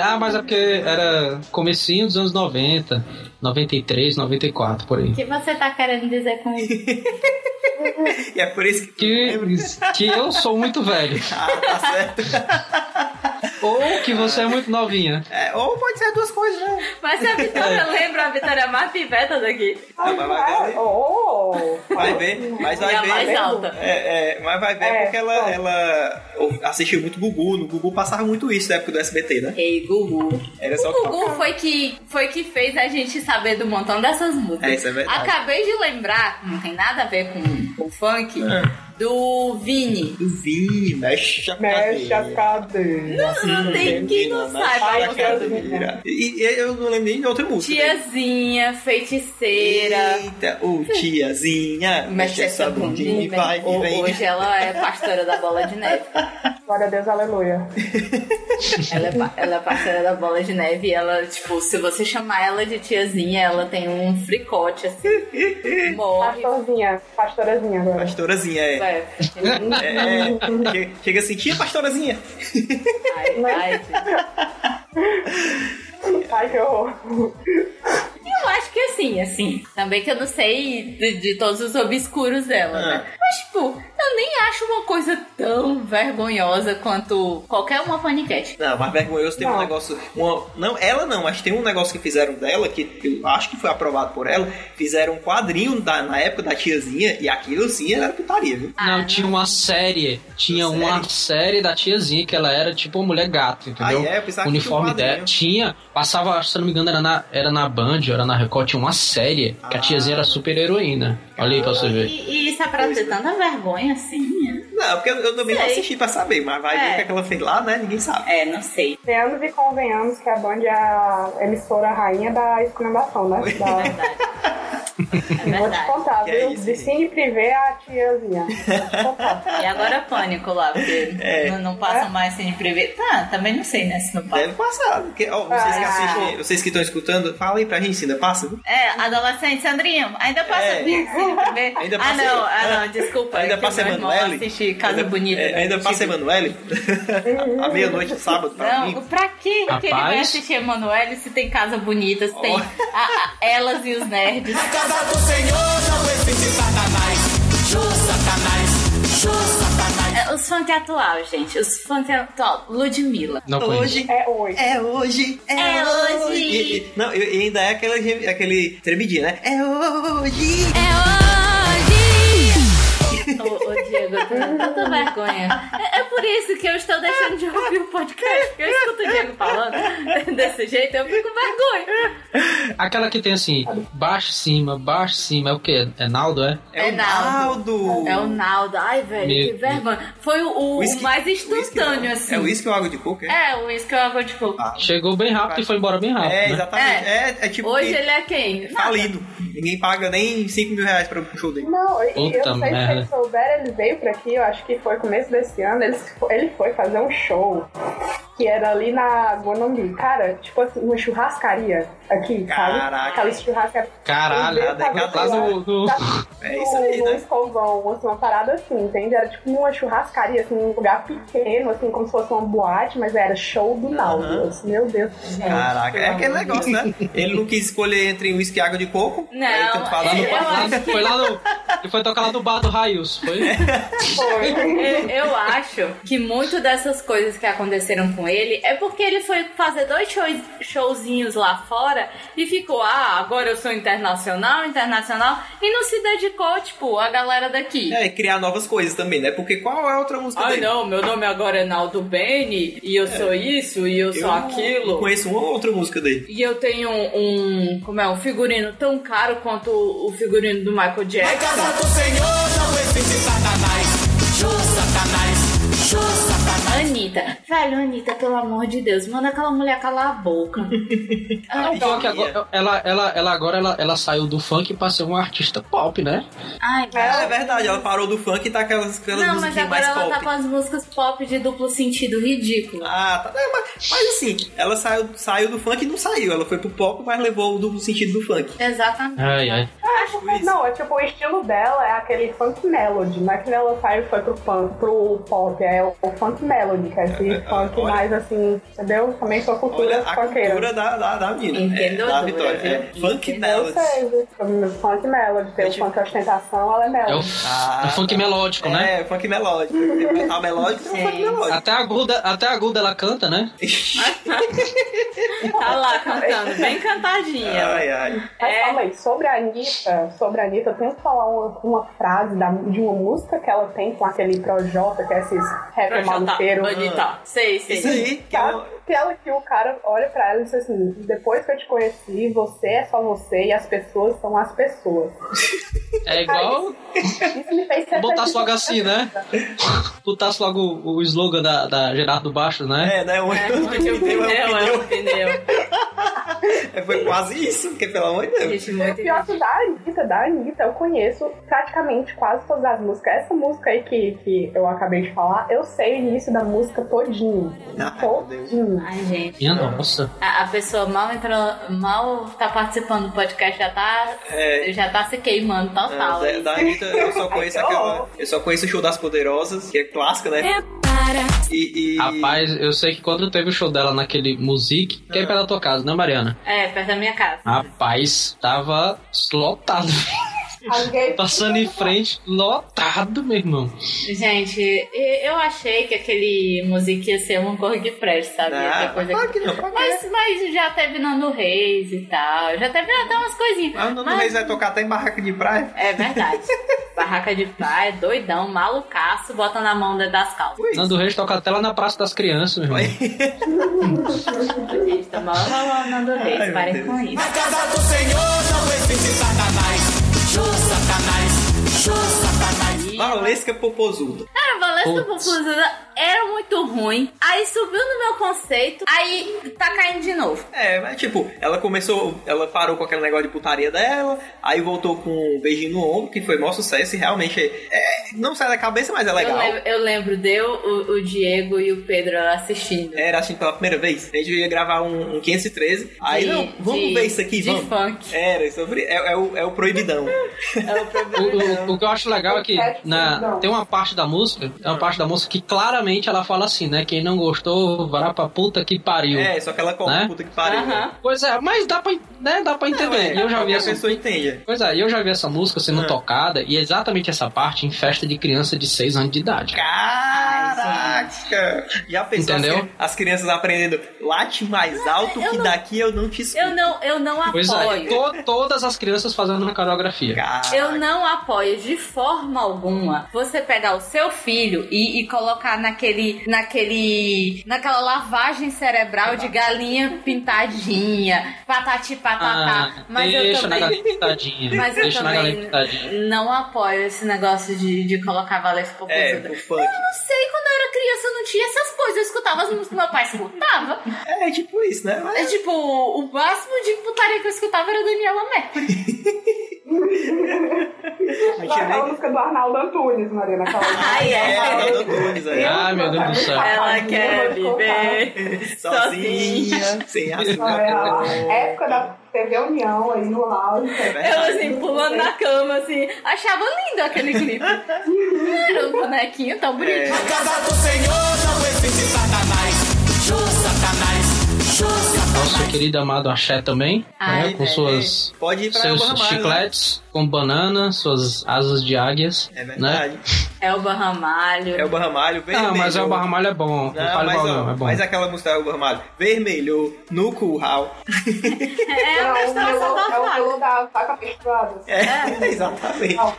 Speaker 4: Ah, mas é porque era comecinho dos anos 90, 93, 94, por aí.
Speaker 1: O que você tá querendo dizer com isso?
Speaker 2: E é por isso que.
Speaker 4: Que, que eu sou muito velho.
Speaker 2: Ah, tá certo.
Speaker 4: Ou que você é muito novinha.
Speaker 2: É, ou pode ser duas coisas, né?
Speaker 1: Mas se a Vitória
Speaker 2: É.
Speaker 1: lembra a Vitória mais piveta daqui.
Speaker 5: Ai,
Speaker 2: mas vai
Speaker 5: vai,
Speaker 2: ver.
Speaker 5: oh,
Speaker 2: Vai ver, mas
Speaker 1: e
Speaker 2: vai
Speaker 1: a mais
Speaker 2: ver. né?
Speaker 1: alta.
Speaker 2: É, é, mas vai ver
Speaker 5: É,
Speaker 2: porque ela,
Speaker 5: bom.
Speaker 2: ela assistiu muito Gugu. No Gugu passava muito isso na época do SBT, né?
Speaker 1: Ei, Gugu.
Speaker 2: Era só
Speaker 1: O Gugu foi que, foi que fez a gente saber do montão dessas músicas.
Speaker 2: É, isso é verdade.
Speaker 1: Acabei de lembrar, não tem nada a ver com com o funk,
Speaker 2: É.
Speaker 1: do Vini.
Speaker 2: Do Vini, mexe a
Speaker 5: mexe a
Speaker 2: cadeira.
Speaker 5: cadeira.
Speaker 1: Não tem quem não
Speaker 2: Mexe a
Speaker 1: saiba.
Speaker 2: cadeira. E, e eu não lembro nem de outra música. né?
Speaker 1: Tiazinha, feiticeira.
Speaker 2: Eita, ô tiazinha,
Speaker 1: Mexe essa bundinha.
Speaker 2: e
Speaker 1: vem.
Speaker 2: vai e
Speaker 1: Ho-
Speaker 2: vem.
Speaker 1: Hoje ela é pastora da bola de neve.
Speaker 5: Glória a Deus, aleluia.
Speaker 1: Ela é, pa- ela é parceira da Bola de Neve e ela, tipo, se você chamar ela de tiazinha, ela tem um fricote, assim. Morre.
Speaker 5: Pastorzinha, pastorazinha agora.
Speaker 2: Pastorazinha, é.
Speaker 1: É.
Speaker 2: É, é. Che- Chega assim, tia pastorazinha.
Speaker 1: Ai, ai, gente.
Speaker 5: Ai, que horror.
Speaker 1: eu acho que assim, assim. Também que eu não sei de, de todos os obscuros dela,
Speaker 2: Ah.
Speaker 1: né? Mas, tipo, eu nem acho uma coisa tão vergonhosa quanto qualquer uma paniquete.
Speaker 2: Não, mas vergonhoso tem um
Speaker 5: Não.
Speaker 2: negócio. uma- não, ela não, mas tem um negócio que fizeram dela, que eu acho que foi aprovado por ela. Fizeram um quadrinho da- na época da tiazinha, e aquilo sim era putaria, viu?
Speaker 4: Não, tinha uma série. Tinha
Speaker 2: Ah, Série?
Speaker 4: uma série da tiazinha que ela era tipo uma mulher gato, entendeu?
Speaker 2: Aí é, eu pensava
Speaker 4: O
Speaker 2: que tinha um
Speaker 4: uniforme
Speaker 2: quadrinho.
Speaker 4: dela tinha, passava, se eu não me engano, era na, era na Band, era na Record, tinha uma série que
Speaker 2: Ah.
Speaker 4: a tiazinha era super heroína. Olha aí pra você ver.
Speaker 1: E, e isso é pra ter tanta vergonha assim?
Speaker 2: Não, porque eu, eu também não
Speaker 1: Sei.
Speaker 2: assisti pra saber, mas vai
Speaker 1: É.
Speaker 2: ver o que, é que ela fez lá, né? Ninguém sabe.
Speaker 1: É, não sei.
Speaker 5: Venhamos e convenhamos que a Band é a emissora rainha da esculhambação, né? Da...
Speaker 1: É
Speaker 5: Vou te
Speaker 1: verdade.
Speaker 5: contar,
Speaker 2: Que
Speaker 5: viu?
Speaker 2: é isso,
Speaker 5: De
Speaker 2: gente.
Speaker 5: cine privê a tiazinha. Vou te contar.
Speaker 1: E agora é pânico lá, porque
Speaker 2: É.
Speaker 1: não, não passa mais sem prever. Tá, também não sei, né? Se não passa.
Speaker 2: Deve passar. Porque, ó, vocês que
Speaker 5: Ah.
Speaker 2: assistem, vocês que estão escutando, fala aí pra gente se ainda passa, viu?
Speaker 1: É, adolescente, Sandrinho, ainda passa
Speaker 2: É.
Speaker 1: sem prever.
Speaker 2: Ainda
Speaker 1: ah,
Speaker 2: passa-
Speaker 1: não, ah, não,
Speaker 2: é.
Speaker 1: desculpa. é
Speaker 2: Ainda
Speaker 1: que
Speaker 2: passa
Speaker 1: meu irmão
Speaker 2: Emanuele.
Speaker 1: assiste Casa
Speaker 2: Ainda-
Speaker 1: Bonita.
Speaker 2: é,
Speaker 1: né?
Speaker 2: ainda passa
Speaker 1: Tipo,
Speaker 2: Emanuele? à meia-noite de sábado pra
Speaker 1: Não,
Speaker 2: mim.
Speaker 1: pra que que ele vai
Speaker 4: Rapaz.
Speaker 1: assistir Emanuele se tem Casa Bonita, se tem
Speaker 2: Oh.
Speaker 1: a- a- elas e os nerds?
Speaker 6: Na casa do Senhor não existe Satanás. Jô Satanás, Jô Satanás.
Speaker 1: É, Os funk atual, gente, os funk atual. Ludmilla.
Speaker 4: Não foi. isso.
Speaker 5: É hoje.
Speaker 2: É hoje, é,
Speaker 1: É hoje.
Speaker 2: E, e- não, e e ainda é aquele, aquele tremidinho, né? É hoje!
Speaker 1: Ô, ô, Diego, eu tô com tanta vergonha. É, é por isso que eu estou deixando de ouvir o podcast. Eu escuto o Diego falando desse jeito, eu fico com vergonha.
Speaker 4: Aquela que tem assim, baixo cima, baixo cima, é o quê? É Naldo, é?
Speaker 1: É Naldo.
Speaker 2: Naldo.
Speaker 1: É o Naldo. Ai, velho, que
Speaker 4: Meu Deus.
Speaker 1: vergonha. Foi o, o
Speaker 2: Whisky-
Speaker 1: mais
Speaker 2: whisky não.
Speaker 1: instantâneo, assim.
Speaker 2: É o uísque ou água de coco? é?
Speaker 1: É, o uísque é água de coco.
Speaker 2: Ah,
Speaker 4: Chegou bem rápido e foi embora bem rápido.
Speaker 2: É,
Speaker 4: né?
Speaker 2: exatamente. É, é tipo.
Speaker 1: Hoje
Speaker 2: que-
Speaker 1: ele é quem?
Speaker 2: Falido. Ninguém paga nem 5 mil reais pra um show dele.
Speaker 5: Não, e- e eu
Speaker 4: Puta
Speaker 5: não sei se
Speaker 4: merda.
Speaker 5: vocês souberam, ele veio pra aqui, eu acho que foi começo desse ano, ele, ele foi fazer um show que era ali na Gonombi. Cara, tipo assim, uma churrascaria aqui,
Speaker 2: Caraca.
Speaker 5: sabe? Aquela churrascaria.
Speaker 4: Caralho, é
Speaker 5: Ele veio
Speaker 2: lá
Speaker 5: fazer
Speaker 4: no-
Speaker 5: uma-
Speaker 4: no-
Speaker 2: É isso aí,
Speaker 5: um, um
Speaker 2: né?
Speaker 5: escovão, assim, uma parada assim, entende? Era tipo uma churrascaria, assim, um lugar pequeno, assim, como se fosse uma boate, mas era show do Naldo.
Speaker 2: Aham.
Speaker 5: assim, meu Deus do céu.
Speaker 2: Caraca, é aquele negócio, né? Ele não quis escolher entre uísque e água de coco.
Speaker 1: Não, é,
Speaker 2: aí ele tentou falar
Speaker 4: Lá
Speaker 2: no
Speaker 1: Eu
Speaker 4: no,
Speaker 2: bar.
Speaker 4: lá,
Speaker 1: acho
Speaker 4: foi lá no. Ele foi tocar lá no bar do Raios, foi?
Speaker 5: Foi.
Speaker 1: Eu, É, eu acho que muito dessas coisas que aconteceram com ele é porque ele foi fazer dois shows, showzinhos lá fora e ficou, ah, agora eu sou internacional, internacional, e não se dedicou, tipo, a galera daqui.
Speaker 2: É, e criar novas coisas também, né? Porque qual é a outra música
Speaker 1: Ai
Speaker 2: dele?
Speaker 1: não, meu nome agora é Naldo Bene e eu sou isso e eu, sou
Speaker 2: É. não
Speaker 1: aquilo.
Speaker 2: conheço uma ou outra música dele.
Speaker 1: E eu tenho um, um- como é, um figurino tão caro quanto o figurino do Michael
Speaker 6: Na
Speaker 1: Jackson.
Speaker 6: casa do Senhor não existe Satanás. Jô Satanás, Jô Satanás.
Speaker 1: Anitta, Velho, Anitta, pelo amor de Deus, manda aquela mulher calar a boca.
Speaker 4: Não, pior que então agora, ela, ela, ela agora ela, ela saiu do funk pra ser uma artista pop, né?
Speaker 1: Ai,
Speaker 2: É, é
Speaker 1: velho.
Speaker 2: verdade, ela parou do funk e tá aquelas, aquelas
Speaker 1: Não, mas
Speaker 2: musiquinhas
Speaker 1: agora
Speaker 2: mais
Speaker 1: ela
Speaker 2: pop.
Speaker 1: tá com as músicas pop de duplo sentido ridículo.
Speaker 2: Ah, tá. é, Mas, mas assim, ela saiu, saiu do funk e não saiu. Ela foi pro pop, mas levou o duplo sentido do funk.
Speaker 1: Exatamente.
Speaker 4: Ai, ai.
Speaker 2: Tipo isso.
Speaker 5: Não, é tipo, o estilo dela é aquele funk melody. Não é que ela saiu e foi pro, punk, pro pop, é o funk melody, que é esse funk
Speaker 2: olha-
Speaker 5: mais assim, entendeu? Também sua
Speaker 2: Olha
Speaker 5: cultura
Speaker 2: a
Speaker 5: funkeira.
Speaker 2: cultura da, da, da mina. É, da
Speaker 1: Entendedora,
Speaker 2: Vitória.
Speaker 1: viu?
Speaker 2: É, funk
Speaker 5: Ou
Speaker 2: delas. É tipo
Speaker 5: seja, o funk melody, tem o
Speaker 2: Gente-
Speaker 5: funk ostentação, ela é
Speaker 4: É o,
Speaker 5: melody.
Speaker 2: Ah,
Speaker 4: é o funk
Speaker 2: tá.
Speaker 4: melódico, né?
Speaker 2: É, funk melódico. É metal melódico é um funk
Speaker 1: Sim.
Speaker 2: melódico.
Speaker 4: Até a, Guda, até a Guda ela canta, né?
Speaker 1: Tá lá cantando, bem cantadinha.
Speaker 2: Ai, ai.
Speaker 5: Mas
Speaker 1: É.
Speaker 5: calma aí, sobre a Anitta, sobre a Anitta, eu tenho que falar uma, uma frase da- de uma música que ela tem com aquele Projota, que é né? esses rap maluqueiro.
Speaker 1: Anitta, tá. sei, sei.
Speaker 2: Isso aí, que é
Speaker 5: Tá?
Speaker 2: uma...
Speaker 5: Que ela que o cara olha pra ela e diz assim: depois que eu te conheci, você é só você e as pessoas são as pessoas.
Speaker 4: É igual
Speaker 5: Isso me fez
Speaker 4: botasse logo assim,
Speaker 5: refletir.
Speaker 4: né? Botasse logo o, o slogan da, da Gerardo Baixo, né?
Speaker 2: É, né? Um
Speaker 1: É,
Speaker 2: um
Speaker 1: onde o
Speaker 2: pneu
Speaker 1: pneu
Speaker 2: é um
Speaker 1: é
Speaker 2: pneu.
Speaker 1: o pneu.
Speaker 2: É, Foi quase isso, porque pelo amor de Deus.
Speaker 1: Gente, muito
Speaker 5: Pior é que da Anitta, da Anitta, eu conheço praticamente quase todas as músicas. Essa música aí que, que eu acabei de falar, eu sei o início da música todinho.
Speaker 2: Ah, meu Deus.
Speaker 5: Todinho.
Speaker 1: Ai, gente.
Speaker 4: Minha nossa.
Speaker 1: A, a pessoa mal entrou, mal tá participando do podcast, já tá,
Speaker 2: É.
Speaker 1: já tá se queimando total.
Speaker 2: É, da- da Anitta, eu só conheço
Speaker 5: Ai, que horror.
Speaker 2: aquela. Eu só conheço o show das poderosas, que é clássica, né? E. e...
Speaker 4: Rapaz, eu sei que quando teve o show dela naquele Music,
Speaker 2: Ah.
Speaker 4: que é perto da tua casa, né, Mariana?
Speaker 1: é, perto da minha casa.
Speaker 4: Rapaz, tava lotado.
Speaker 5: Alguém-
Speaker 4: Passando em frente, lotado, meu irmão.
Speaker 1: Gente, e- eu achei que aquele music ia ser uma cor de preste, sabe?
Speaker 2: Ah,
Speaker 1: Essa coisa
Speaker 2: claro
Speaker 1: que-
Speaker 2: que não. pra quê?
Speaker 1: Mas, mas já teve Nando Reis e tal, já teve até umas coisinhas.
Speaker 2: Ah, o Nando
Speaker 1: Mas-
Speaker 2: Reis vai tocar até em barraca de praia.
Speaker 1: É verdade. Barraca de praia, doidão, malucaço, bota na mão dentro das calças.
Speaker 2: Pois.
Speaker 4: Nando Reis toca até lá na Praça das Crianças, meu irmão.
Speaker 1: Gente, tá mal rolando Nando
Speaker 2: Ai,
Speaker 1: Reis,
Speaker 2: meu
Speaker 1: parem
Speaker 2: Deus.
Speaker 1: com isso.
Speaker 6: Na casa do Senhor não existe Satanás. Jô Satanás, Jô Satanás.
Speaker 2: Valesca Popozuda.
Speaker 1: Cara, a Valesca
Speaker 4: Putz.
Speaker 1: Popozuda era muito ruim. Aí subiu no meu conceito, aí tá caindo de novo.
Speaker 2: É, mas tipo, ela começou, ela parou com aquele negócio de putaria dela, aí voltou com um beijinho no ombro, que foi maior sucesso e realmente é, não sai da cabeça, mas é
Speaker 1: Eu
Speaker 2: legal.
Speaker 1: lembro, eu lembro de eu, o, o Diego e o Pedro assistindo.
Speaker 2: Era assim pela primeira vez. A gente ia gravar um, um 513. Aí,
Speaker 1: De-
Speaker 2: não, vamos
Speaker 1: de-
Speaker 2: ver isso aqui,
Speaker 1: de
Speaker 2: vamos.
Speaker 1: funk. É
Speaker 2: Era, sobre, é, é o, é o proibidão.
Speaker 4: O, o- o que eu acho legal é que na, tem uma parte da música, tem uma parte da música que claramente ela fala assim, né? Quem não gostou, vará pra puta que pariu.
Speaker 2: É, só que ela coloca
Speaker 4: Né?
Speaker 2: puta que pariu.
Speaker 1: Aham.
Speaker 4: Pois é, mas dá pra, né, dá pra
Speaker 2: É,
Speaker 4: entender. eu já vi
Speaker 2: qualquer
Speaker 4: essa
Speaker 2: pessoa entende.
Speaker 4: Pois é, eu já vi essa música sendo
Speaker 2: Ah.
Speaker 4: tocada e é exatamente essa parte em festa de criança de 6 anos de idade.
Speaker 2: Caraca! Já pensou as,
Speaker 4: Entendeu?
Speaker 2: cri- assim, as crianças aprendendo late mais alto
Speaker 1: eu
Speaker 2: que
Speaker 1: não-
Speaker 2: daqui eu não te escuto.
Speaker 1: Eu não, eu não apoio.
Speaker 4: Pois é, to- todas as crianças fazendo uma
Speaker 1: Tá,
Speaker 4: coreografia.
Speaker 2: Caraca.
Speaker 1: Eu não apoio de forma alguma você pegar o seu filho e, e colocar naquele, naquele, naquela lavagem cerebral de galinha pintadinha, patati patatá.
Speaker 4: Ah,
Speaker 1: tá. mas eu
Speaker 4: deixa na
Speaker 1: também
Speaker 4: galinha pintadinha.
Speaker 1: Mas eu
Speaker 4: deixa na
Speaker 1: também-
Speaker 4: galinha pintadinha.
Speaker 1: não apoio esse negócio de, de colocar Valesca
Speaker 2: É,
Speaker 1: Popozuda.
Speaker 2: o funk.
Speaker 1: Não sei, quando eu era criança eu não tinha essas coisas. Eu escutava as músicas que meu pai escutava.
Speaker 2: É tipo isso, né?
Speaker 1: É
Speaker 2: Mas,
Speaker 1: tipo, o máximo de putaria que eu escutava era Daniela Mercury.
Speaker 2: não tinha
Speaker 5: Aquela
Speaker 2: nem...
Speaker 5: música do Arnaldo Antunes, Marina. aquela-
Speaker 1: Ai, é.
Speaker 2: É, Dona Nunes aí.
Speaker 4: Ah, meu Deus do céu.
Speaker 1: Ela
Speaker 5: Ai,
Speaker 1: quer
Speaker 5: eu vou te contar.
Speaker 1: viver
Speaker 2: Sozinha, sem
Speaker 5: Ah, é
Speaker 2: açúcar.
Speaker 5: a época da TV União aí no auge.
Speaker 1: Eu assim, pulando na cama, assim, achava lindo aquele clipe. Era um bonequinho tão bonito.
Speaker 2: É.
Speaker 6: Na casa do Senhor não existe Satanás. Jô Satanás, Jô
Speaker 4: Nosso
Speaker 6: Satanás.
Speaker 4: querido amado Axé também,
Speaker 1: Ai,
Speaker 4: né, com
Speaker 2: velho.
Speaker 4: suas
Speaker 2: Pode ir pra
Speaker 4: seus
Speaker 2: Elba Ramalho, né?
Speaker 4: chicletes, com banana, suas asas de águias,
Speaker 2: É
Speaker 4: né?
Speaker 2: verdade.
Speaker 1: Elba Ramalho.
Speaker 2: É o Barramalho, vermelho.
Speaker 4: Ah, mas o Barramalho é bom, não,
Speaker 2: Não,
Speaker 4: fale
Speaker 2: mas,
Speaker 4: mal
Speaker 2: ó,
Speaker 4: não, é bom.
Speaker 2: mas aquela música é o Barramalho. Vermelho, no curral.
Speaker 1: É a
Speaker 5: Não,
Speaker 1: restauração
Speaker 5: o
Speaker 1: da
Speaker 5: meu- é o
Speaker 1: vaga.
Speaker 5: meu da faca fechada.
Speaker 2: É, exatamente.
Speaker 5: Não.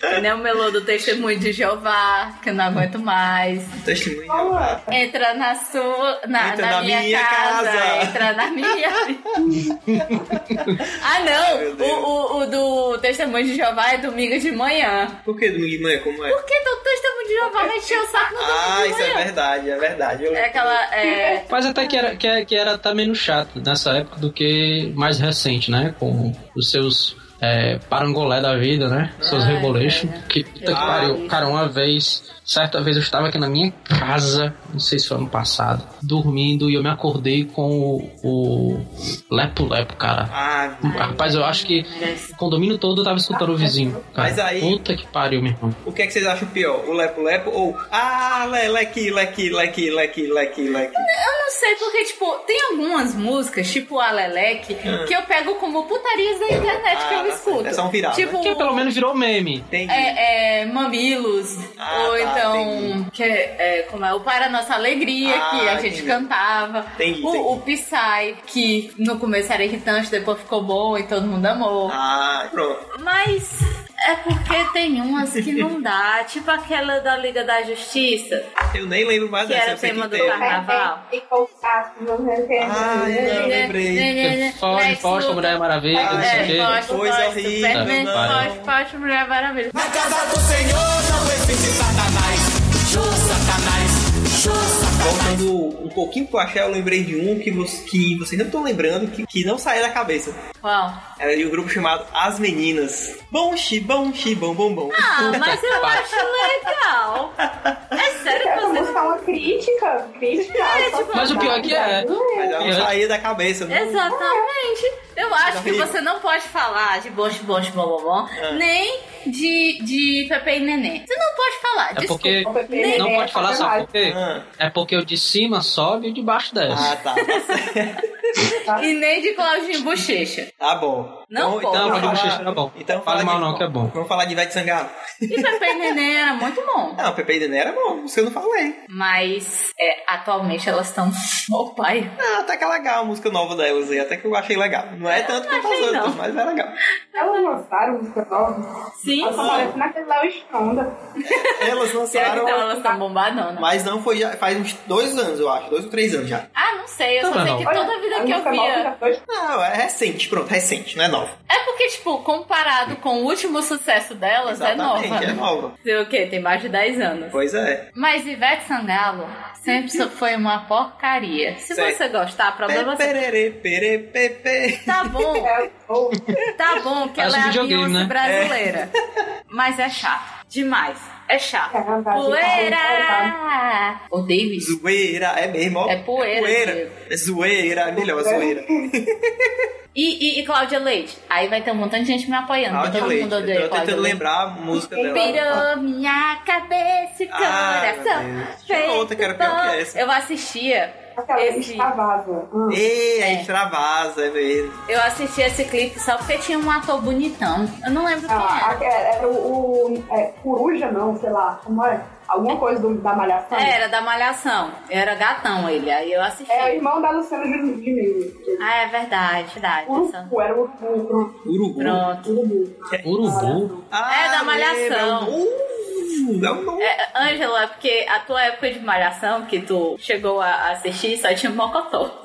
Speaker 1: Que nem o melô do testemunho de Jeová, que eu não aguento mais.
Speaker 2: Testemunha.
Speaker 5: Olha,
Speaker 1: Entra na sua. Na,
Speaker 2: Entra
Speaker 1: na,
Speaker 2: na
Speaker 1: minha,
Speaker 2: minha
Speaker 1: casa.
Speaker 2: casa.
Speaker 1: Entra na minha. ah,
Speaker 2: meu
Speaker 1: não!
Speaker 2: Deus.
Speaker 1: O, o, o do testemunho de Jeová é domingo de manhã.
Speaker 2: Por que domingo de manhã? Como é?
Speaker 1: Por que do testemunho de Jeová vai encher o saco no
Speaker 2: Ah,
Speaker 1: domingo
Speaker 2: isso
Speaker 1: de manhã?
Speaker 2: é verdade, é verdade. Eu-
Speaker 1: É aquela. É,
Speaker 4: Mas até que era, que, é- que era até menos chato nessa época do que mais recente, né? Com os seus é, parangolé da vida, né? Seus
Speaker 1: Ai,
Speaker 4: reboleixos.
Speaker 1: cara.
Speaker 4: Que puta que
Speaker 2: É, Ah.
Speaker 4: pariu. Cara, uma vez, certa vez eu estava aqui na minha casa, não sei se foi ano passado, dormindo e eu me acordei com o, o Lepo Lepo, cara.
Speaker 2: Ah, é.
Speaker 4: Rapaz, eu acho que
Speaker 1: merece.
Speaker 4: o condomínio todo eu tava escutando o vizinho. Cara.
Speaker 2: Mas aí-
Speaker 4: Puta que pariu, meu irmão.
Speaker 2: o que é que vocês acham pior? O lepo-lepo ou... Ah, le- leque, leque, leque, leque, leque, leque.
Speaker 1: Eu não sei porque, tipo, tem algumas músicas, tipo a Leleque, que eu pego como putarias da internet que
Speaker 2: Ah,
Speaker 1: eu escuto.
Speaker 2: é só um viral,
Speaker 1: Tipo,
Speaker 4: Que pelo menos virou meme.
Speaker 2: Entendi.
Speaker 1: É, é, mamilos,
Speaker 2: Ah,
Speaker 1: ou
Speaker 2: tá,
Speaker 1: então
Speaker 2: entendi.
Speaker 1: que é, é, como é, o Para Nossa Alegria,
Speaker 2: Ah,
Speaker 1: que a gente
Speaker 2: entendi.
Speaker 1: cantava.
Speaker 2: Entendi,
Speaker 1: o, o Psy, que no começo era irritante, depois ficou bom e todo mundo amou.
Speaker 2: Ah, pronto.
Speaker 1: Mas é porque tem umas que não dá, tipo aquela da Liga da Justiça,
Speaker 2: Eu nem lembro mais
Speaker 1: que
Speaker 2: dessa.
Speaker 1: era
Speaker 2: eu
Speaker 1: o
Speaker 2: sei
Speaker 1: tema do
Speaker 2: que
Speaker 5: Então,
Speaker 2: tem.
Speaker 1: carnaval.
Speaker 5: e confesso, não me entendo.
Speaker 2: Ai, Eu lembrei.
Speaker 1: Né, né,
Speaker 4: Foge,
Speaker 1: Lex
Speaker 4: foge com
Speaker 1: Luthor.
Speaker 4: Mulher Maravilha, não sei o
Speaker 1: É,
Speaker 4: quê.
Speaker 1: foge,
Speaker 2: Coisa
Speaker 1: foge,
Speaker 2: horrível,
Speaker 1: Batman,
Speaker 4: não.
Speaker 1: foge, foge, Mulher Maravilha.
Speaker 6: Na casa do Senhor não existe Satanás. Show Satanás, show Satanás.
Speaker 2: Voltando um pouquinho pro axé, eu lembrei de um que, você, que vocês não estão lembrando, que, que não saiu da cabeça.
Speaker 1: Qual?
Speaker 2: Era de um grupo chamado As Meninas. Bom, xi, bom, xi, bom, bom, bom.
Speaker 1: Ah, mas eu acho legal. É sério que
Speaker 5: Essa
Speaker 1: você
Speaker 5: música é uma crítica, crítica.
Speaker 1: É, tipo,
Speaker 4: Mas o pior é que é.
Speaker 2: Mas ela não
Speaker 4: Eu-
Speaker 2: saía da cabeça. não-
Speaker 1: Exatamente. Eu acho que
Speaker 2: horrível.
Speaker 1: você não pode falar de boche, boche, bom, bom, bom,
Speaker 2: É.
Speaker 1: nem de, de Pepe e Neném. Você não pode falar,
Speaker 4: É
Speaker 1: desculpa.
Speaker 4: porque
Speaker 5: Nem
Speaker 4: não
Speaker 5: é
Speaker 4: pode falar, sabe
Speaker 5: sacanagem.
Speaker 4: por quê?
Speaker 2: Ah.
Speaker 4: É porque o de cima sobe e o de baixo desce.
Speaker 2: Ah, tá.
Speaker 1: E nem de Claudinho Bochecha.
Speaker 2: Tá bom. então
Speaker 1: Não pode.
Speaker 4: Não, pode
Speaker 2: fala-
Speaker 4: bochecha, tá bom.
Speaker 2: Então
Speaker 4: Fala
Speaker 2: fala
Speaker 4: mal
Speaker 2: de-
Speaker 4: não, que é bom.
Speaker 2: Vamos falar de Ivete Sangalo.
Speaker 1: E Pepe e Neném era muito bom.
Speaker 2: Não, Pepe e Nenê era bom, isso eu não falei.
Speaker 1: Mas é, atualmente elas estão. Ô pai.
Speaker 2: Ah, até que é legal a música nova delas aí, até que eu achei legal. Não é tanto quanto as
Speaker 1: achei,
Speaker 2: outras,
Speaker 1: não.
Speaker 2: mas é legal.
Speaker 5: Elas lançaram um música nova.
Speaker 1: Sim,
Speaker 5: Ela
Speaker 1: sim.
Speaker 5: parece naquele Léo Stronda.
Speaker 2: Elas
Speaker 1: Será que
Speaker 2: lançaram,
Speaker 1: então elas estão bombadonas?
Speaker 2: mas não foi já- faz uns dois anos, eu acho, dois ou três anos já.
Speaker 1: Ah, não sei. Eu só
Speaker 4: Não,
Speaker 1: sei
Speaker 4: não.
Speaker 1: que toda vida que eu via.
Speaker 2: Não, é recente, pronto, recente, não é nova.
Speaker 1: É porque, tipo, comparado com o último sucesso delas,
Speaker 2: Exatamente,
Speaker 1: é
Speaker 2: é
Speaker 1: nova.
Speaker 2: nova.
Speaker 1: Sei o quê? Tem mais de 10 anos.
Speaker 2: Pois é.
Speaker 1: Mas Ivete Sangalo sempre so- foi uma porcaria. Se
Speaker 2: Sei.
Speaker 1: você gostar, problema seu.
Speaker 2: Pererê, perê, pepe.
Speaker 1: Tá bom, tá bom que ela
Speaker 4: Parece
Speaker 1: é a
Speaker 4: videogame,
Speaker 1: Beyoncé
Speaker 4: né?
Speaker 1: brasileira. Mas é chato. Demais. É chato.
Speaker 5: tá,
Speaker 1: Poeira! Odeio isso.
Speaker 2: Zoeira, é mesmo, ó.
Speaker 1: É poeira,
Speaker 2: poeira.
Speaker 1: Diego.
Speaker 2: É zoeira, é melhor, zoeira.
Speaker 1: E, e, e Cláudia Leite? Aí vai ter um montão de gente me apoiando. porque Tá,
Speaker 2: Cláudia
Speaker 1: todo
Speaker 2: Leite.
Speaker 1: mundo
Speaker 2: Eu
Speaker 1: odeia
Speaker 2: tô
Speaker 1: Cláudia
Speaker 2: tentando
Speaker 1: Leite.
Speaker 2: lembrar a música dela.
Speaker 1: Virou minha cabeça e
Speaker 2: Ah, meu
Speaker 1: coração.
Speaker 2: Deus. Tinha uma outra que era pior que essa.
Speaker 1: Eu assistia,
Speaker 5: Aquela
Speaker 1: Esse-
Speaker 5: extravasa. Hum.
Speaker 2: Ei,
Speaker 1: É.
Speaker 2: é extravasa, é mesmo.
Speaker 1: eu assistia esse clipe só porque tinha um ator bonitão. Eu não lembro quem
Speaker 5: Ah,
Speaker 1: era.
Speaker 5: aque- era o, o- é, coruja, não, sei lá, como é? Alguma coisa do- da malhação.
Speaker 1: É, Era da Malhação. Era gatão ele. Aí eu assisti.
Speaker 5: É o irmão da Luciana de, de Melo.
Speaker 1: Ah, é verdade, verdade. essa-
Speaker 5: Urubu, era o Urubu.
Speaker 2: Urubu.
Speaker 1: Pronto.
Speaker 5: Urubu.
Speaker 4: Urubu.
Speaker 2: Ah,
Speaker 1: É, da
Speaker 2: lembra, é
Speaker 1: Malhação.
Speaker 2: um novo, é um novo.
Speaker 1: É, Ângela, porque a tua época de Malhação, que tu chegou a assistir, só tinha um Mocotó.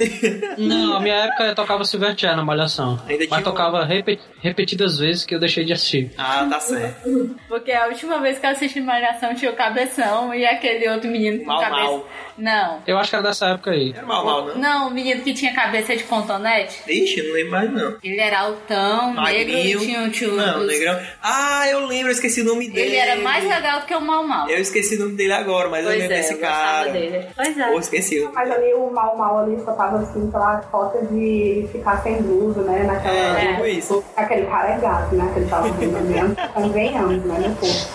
Speaker 4: Não, a minha época eu tocava Silverchair na Malhação.
Speaker 2: Ainda tinha
Speaker 4: Mas
Speaker 2: um-
Speaker 4: tocava repe- repetidas vezes que eu deixei de assistir.
Speaker 2: Ah, tá certo.
Speaker 1: Porque a última vez que eu assisti Malhação tinha o Cabeção e aquele outro menino com
Speaker 2: Mau,
Speaker 1: cabeça.
Speaker 2: mau.
Speaker 1: Não.
Speaker 4: Eu acho que era dessa época aí.
Speaker 2: Era mal, mal, não?
Speaker 1: Não, o menino que tinha cabeça de contonete.
Speaker 2: Ixi, não lembro mais, não.
Speaker 1: Ele era altão, negro,
Speaker 2: Magrinho.
Speaker 1: tinha um tio.
Speaker 2: Não,
Speaker 1: dos-
Speaker 2: negrão. Ah, eu lembro, eu esqueci o nome dele.
Speaker 1: Ele era mais legal do que o Mal Mal.
Speaker 2: Eu esqueci o nome dele agora, mas eu
Speaker 1: Pois
Speaker 2: lembro
Speaker 1: é,
Speaker 2: desse
Speaker 1: eu
Speaker 2: cara.
Speaker 1: gostava dele. Pois é.
Speaker 2: Ou esqueci.
Speaker 5: Mas ali o mal mal ali só tava assim pela falta de ficar sem blusa, né? Naquela.
Speaker 2: É,
Speaker 1: É.
Speaker 2: tipo isso.
Speaker 5: Aquele cara é gato, né? Que ele tava vindo mesmo. Convenhamos, né? Meu povo.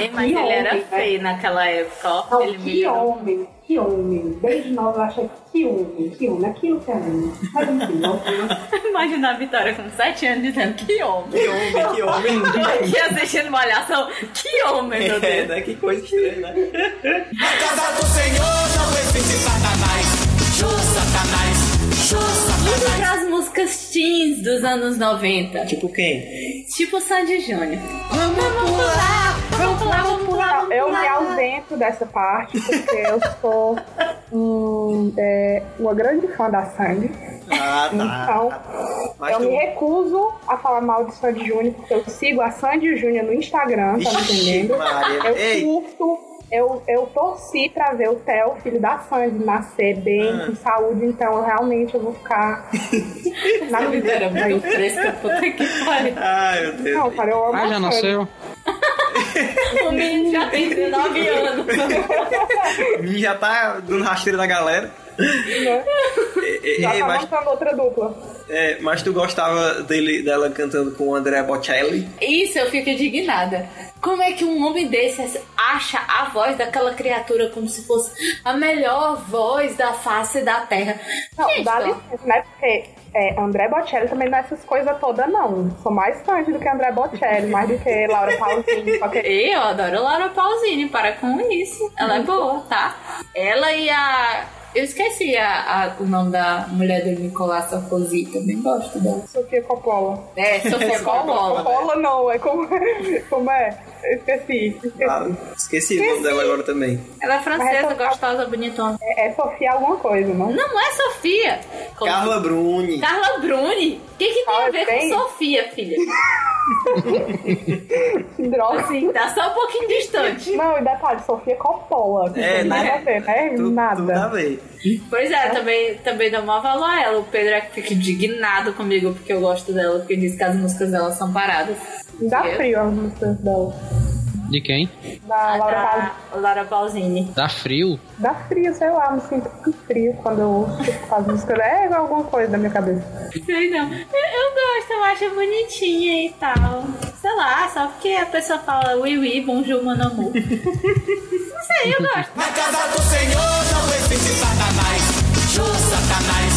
Speaker 1: Ei, mas
Speaker 5: E
Speaker 1: ele
Speaker 5: homem,
Speaker 1: era
Speaker 5: né?
Speaker 1: feio naquela época, ó.
Speaker 5: Não,
Speaker 1: Ele
Speaker 5: que
Speaker 1: melhorou.
Speaker 5: homem, que homem. Desde nova eu achei que homem, que homem. Aquilo que é homem. Mas enfim, não.
Speaker 1: Imagina a Vitória com 7 anos dizendo que homem.
Speaker 2: Que homem, que homem.
Speaker 1: Tô aqui assistindo malhação. Que homem, meu
Speaker 2: É,
Speaker 1: Deus.
Speaker 2: né? Que coisa estranha, né?
Speaker 6: Na casa do Senhor não existe Satanás. Show Satanás, show Satanás.
Speaker 1: Vamos pras músicas teens dos anos 90.
Speaker 2: Tipo quem?
Speaker 1: Tipo Sandy Júnior.
Speaker 2: Vamos
Speaker 1: pular, vamos pular, vamos pular.
Speaker 5: Não, eu me ausento dessa parte, porque eu sou um, é, uma grande fã da Sandy.
Speaker 2: Ah,
Speaker 5: Então,
Speaker 2: tá. Mas
Speaker 5: eu me
Speaker 2: tu...
Speaker 5: recuso a falar mal de Sandy Júnior, porque eu sigo a Sandy Júnior no Instagram, tá me
Speaker 2: Vixe,
Speaker 5: entendendo?
Speaker 2: Maria.
Speaker 5: Eu
Speaker 2: Ei,
Speaker 5: curto, eu, eu torci pra ver o Theo, filho da Sandy, nascer bem,
Speaker 2: Ah.
Speaker 5: com saúde, então eu realmente eu vou ficar na
Speaker 1: Eu era
Speaker 5: vida.
Speaker 1: muito fresca, puta que pariu.
Speaker 2: Ai, meu Deus.
Speaker 5: Não, cara, eu amo
Speaker 4: Ah,
Speaker 5: a
Speaker 4: já
Speaker 5: Sandy.
Speaker 4: nasceu.
Speaker 1: O menino já tem 19 anos.
Speaker 2: Mim Já tá dando rasteiro na galera. Ei, ei,
Speaker 5: Já
Speaker 2: ei,
Speaker 5: tá
Speaker 2: mas,
Speaker 5: montando outra dupla.
Speaker 2: é, mas tu gostava dele, dela cantando com o André Bocelli?
Speaker 1: Isso, eu fico indignada. Como é que um homem desse acha a voz daquela criatura como se fosse a melhor voz da face da Terra?
Speaker 5: Não,
Speaker 1: Gente,
Speaker 5: dá
Speaker 1: ó,
Speaker 5: licença, né? Porque é, André Bocelli também não é essas coisas todas, não. Sou mais fã do que André Bocelli, mais do que Laura Pausini, qualquer...
Speaker 1: Eu adoro Laura Pausini, para com isso. Ela é boa, tá? Ela e a. Eu esqueci a- a- o nome da mulher do Nicolás Sarkozy, também gosto dela.
Speaker 5: Sofia Coppola.
Speaker 1: É, Sofia Coppola.
Speaker 5: Coppola não, é como... como é? Eu Esqueci. esqueci.
Speaker 2: Ah, esqueci o nome dela agora também.
Speaker 1: Ela é francesa,
Speaker 5: Mas essa-
Speaker 1: gostosa, bonitona.
Speaker 5: É, é Sofia alguma coisa, não?
Speaker 1: Não é Sofia! Como-
Speaker 2: Carla Bruni.
Speaker 1: Carla Bruni? O que, que tem a
Speaker 5: Ah,
Speaker 1: ver
Speaker 5: tem?
Speaker 1: com Sofia, filha?
Speaker 5: Que droga.
Speaker 1: Assim, tá só um pouquinho distante.
Speaker 5: Não, e detalhe, Sofia Coppola. que não
Speaker 2: É,
Speaker 5: tem
Speaker 2: né?
Speaker 5: nada a ver, né?
Speaker 2: Tu, tu dá
Speaker 5: nada.
Speaker 2: bem.
Speaker 1: Pois é, também, também dá maior valor a ela. O Pedro é que fica indignado comigo porque eu gosto dela, porque diz que as músicas dela são paradas.
Speaker 5: Me dá
Speaker 1: Eu- Ah,
Speaker 5: frio as músicas dela.
Speaker 4: De quem?
Speaker 5: Da
Speaker 1: A
Speaker 5: Laura Pausini.
Speaker 1: da Laura Pausini.
Speaker 4: Dá frio.
Speaker 5: Dá frio, sei lá, me sinto com frio quando eu ouço as músicas. É alguma coisa da minha cabeça.
Speaker 1: Sei não. Eu, eu gosto, eu acho bonitinha e tal. Sei lá, só porque a pessoa fala ui ui, bonjour, mon amour. Não sei, eu gosto.
Speaker 6: Na casa do Senhor não existe Satanás. Show Satanás,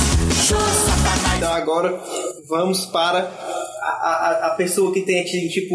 Speaker 6: show Satanás.
Speaker 2: Então agora vamos para a, a- a pessoa que tem tipo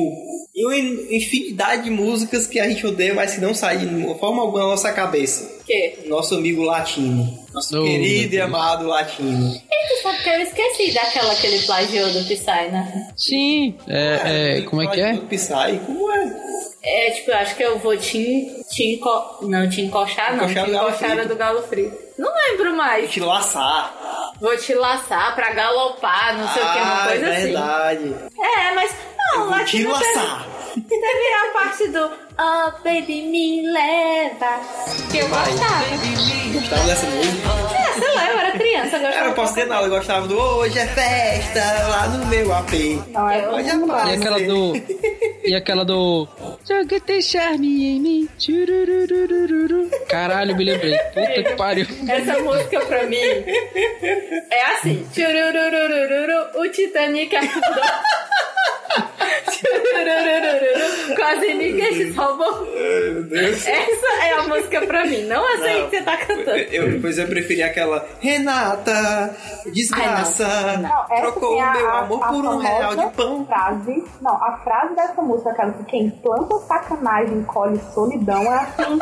Speaker 2: uma infinidade de músicas que a gente odeia, mas que não saem de nenhuma forma alguma da nossa cabeça.
Speaker 1: O quê?
Speaker 2: Nosso amigo latino. Nosso
Speaker 4: Oh, meu
Speaker 2: querido e
Speaker 4: Deus.
Speaker 2: amado latino.
Speaker 1: Isso só porque eu esqueci daquela que ele plagiou do Psy, né?
Speaker 4: Sim. É, é, como é que é?
Speaker 2: Do Psy, como é?
Speaker 1: É, tipo, eu acho que eu vou te, en- te enco... Não, te encoxar, não. Te
Speaker 2: Encoxar do galo
Speaker 1: encoxar era
Speaker 2: frito.
Speaker 1: do Galo Frito. Não lembro mais.
Speaker 2: Te laçar.
Speaker 1: Vou te laçar pra galopar, não sei o que, uma
Speaker 2: ah,
Speaker 1: coisa
Speaker 2: é verdade.
Speaker 1: assim. É, mas. Não,
Speaker 2: Vou te
Speaker 1: latino teve,
Speaker 2: laçar.
Speaker 1: teve a parte do Oh, baby, me leva. Que eu gostava.
Speaker 2: Gostava dessa música?
Speaker 1: É, sei lá, eu era criança, eu
Speaker 2: Cara, eu
Speaker 1: gostava.
Speaker 2: não posso ter nada. Eu gostava do Hoje é Festa lá no meu AP.
Speaker 5: Não, é
Speaker 2: Hoje é
Speaker 4: E
Speaker 2: fácil.
Speaker 4: aquela do. E aquela do. Joga teu charme em mim. Tchurururururu. Caralho, me lembrei. Puta que pariu.
Speaker 1: Essa música pra mim é assim. Tchurururururu, o Titanic é afundou. Tchurururururu, quase ninguém roubou.
Speaker 2: Ai, Meu Deus.
Speaker 1: Essa é a música pra mim, não essa aí que você tá cantando.
Speaker 2: Eu, depois eu preferi aquela Renata, desgraça,
Speaker 5: Não, essa
Speaker 2: trocou
Speaker 5: tem a,
Speaker 2: o meu
Speaker 5: a-
Speaker 2: amor
Speaker 5: a
Speaker 2: por um
Speaker 5: famosa
Speaker 2: real de pão.
Speaker 5: Frase, não, a frase dessa música, aquela que quem planta sacanagem colhe solidão, é assim.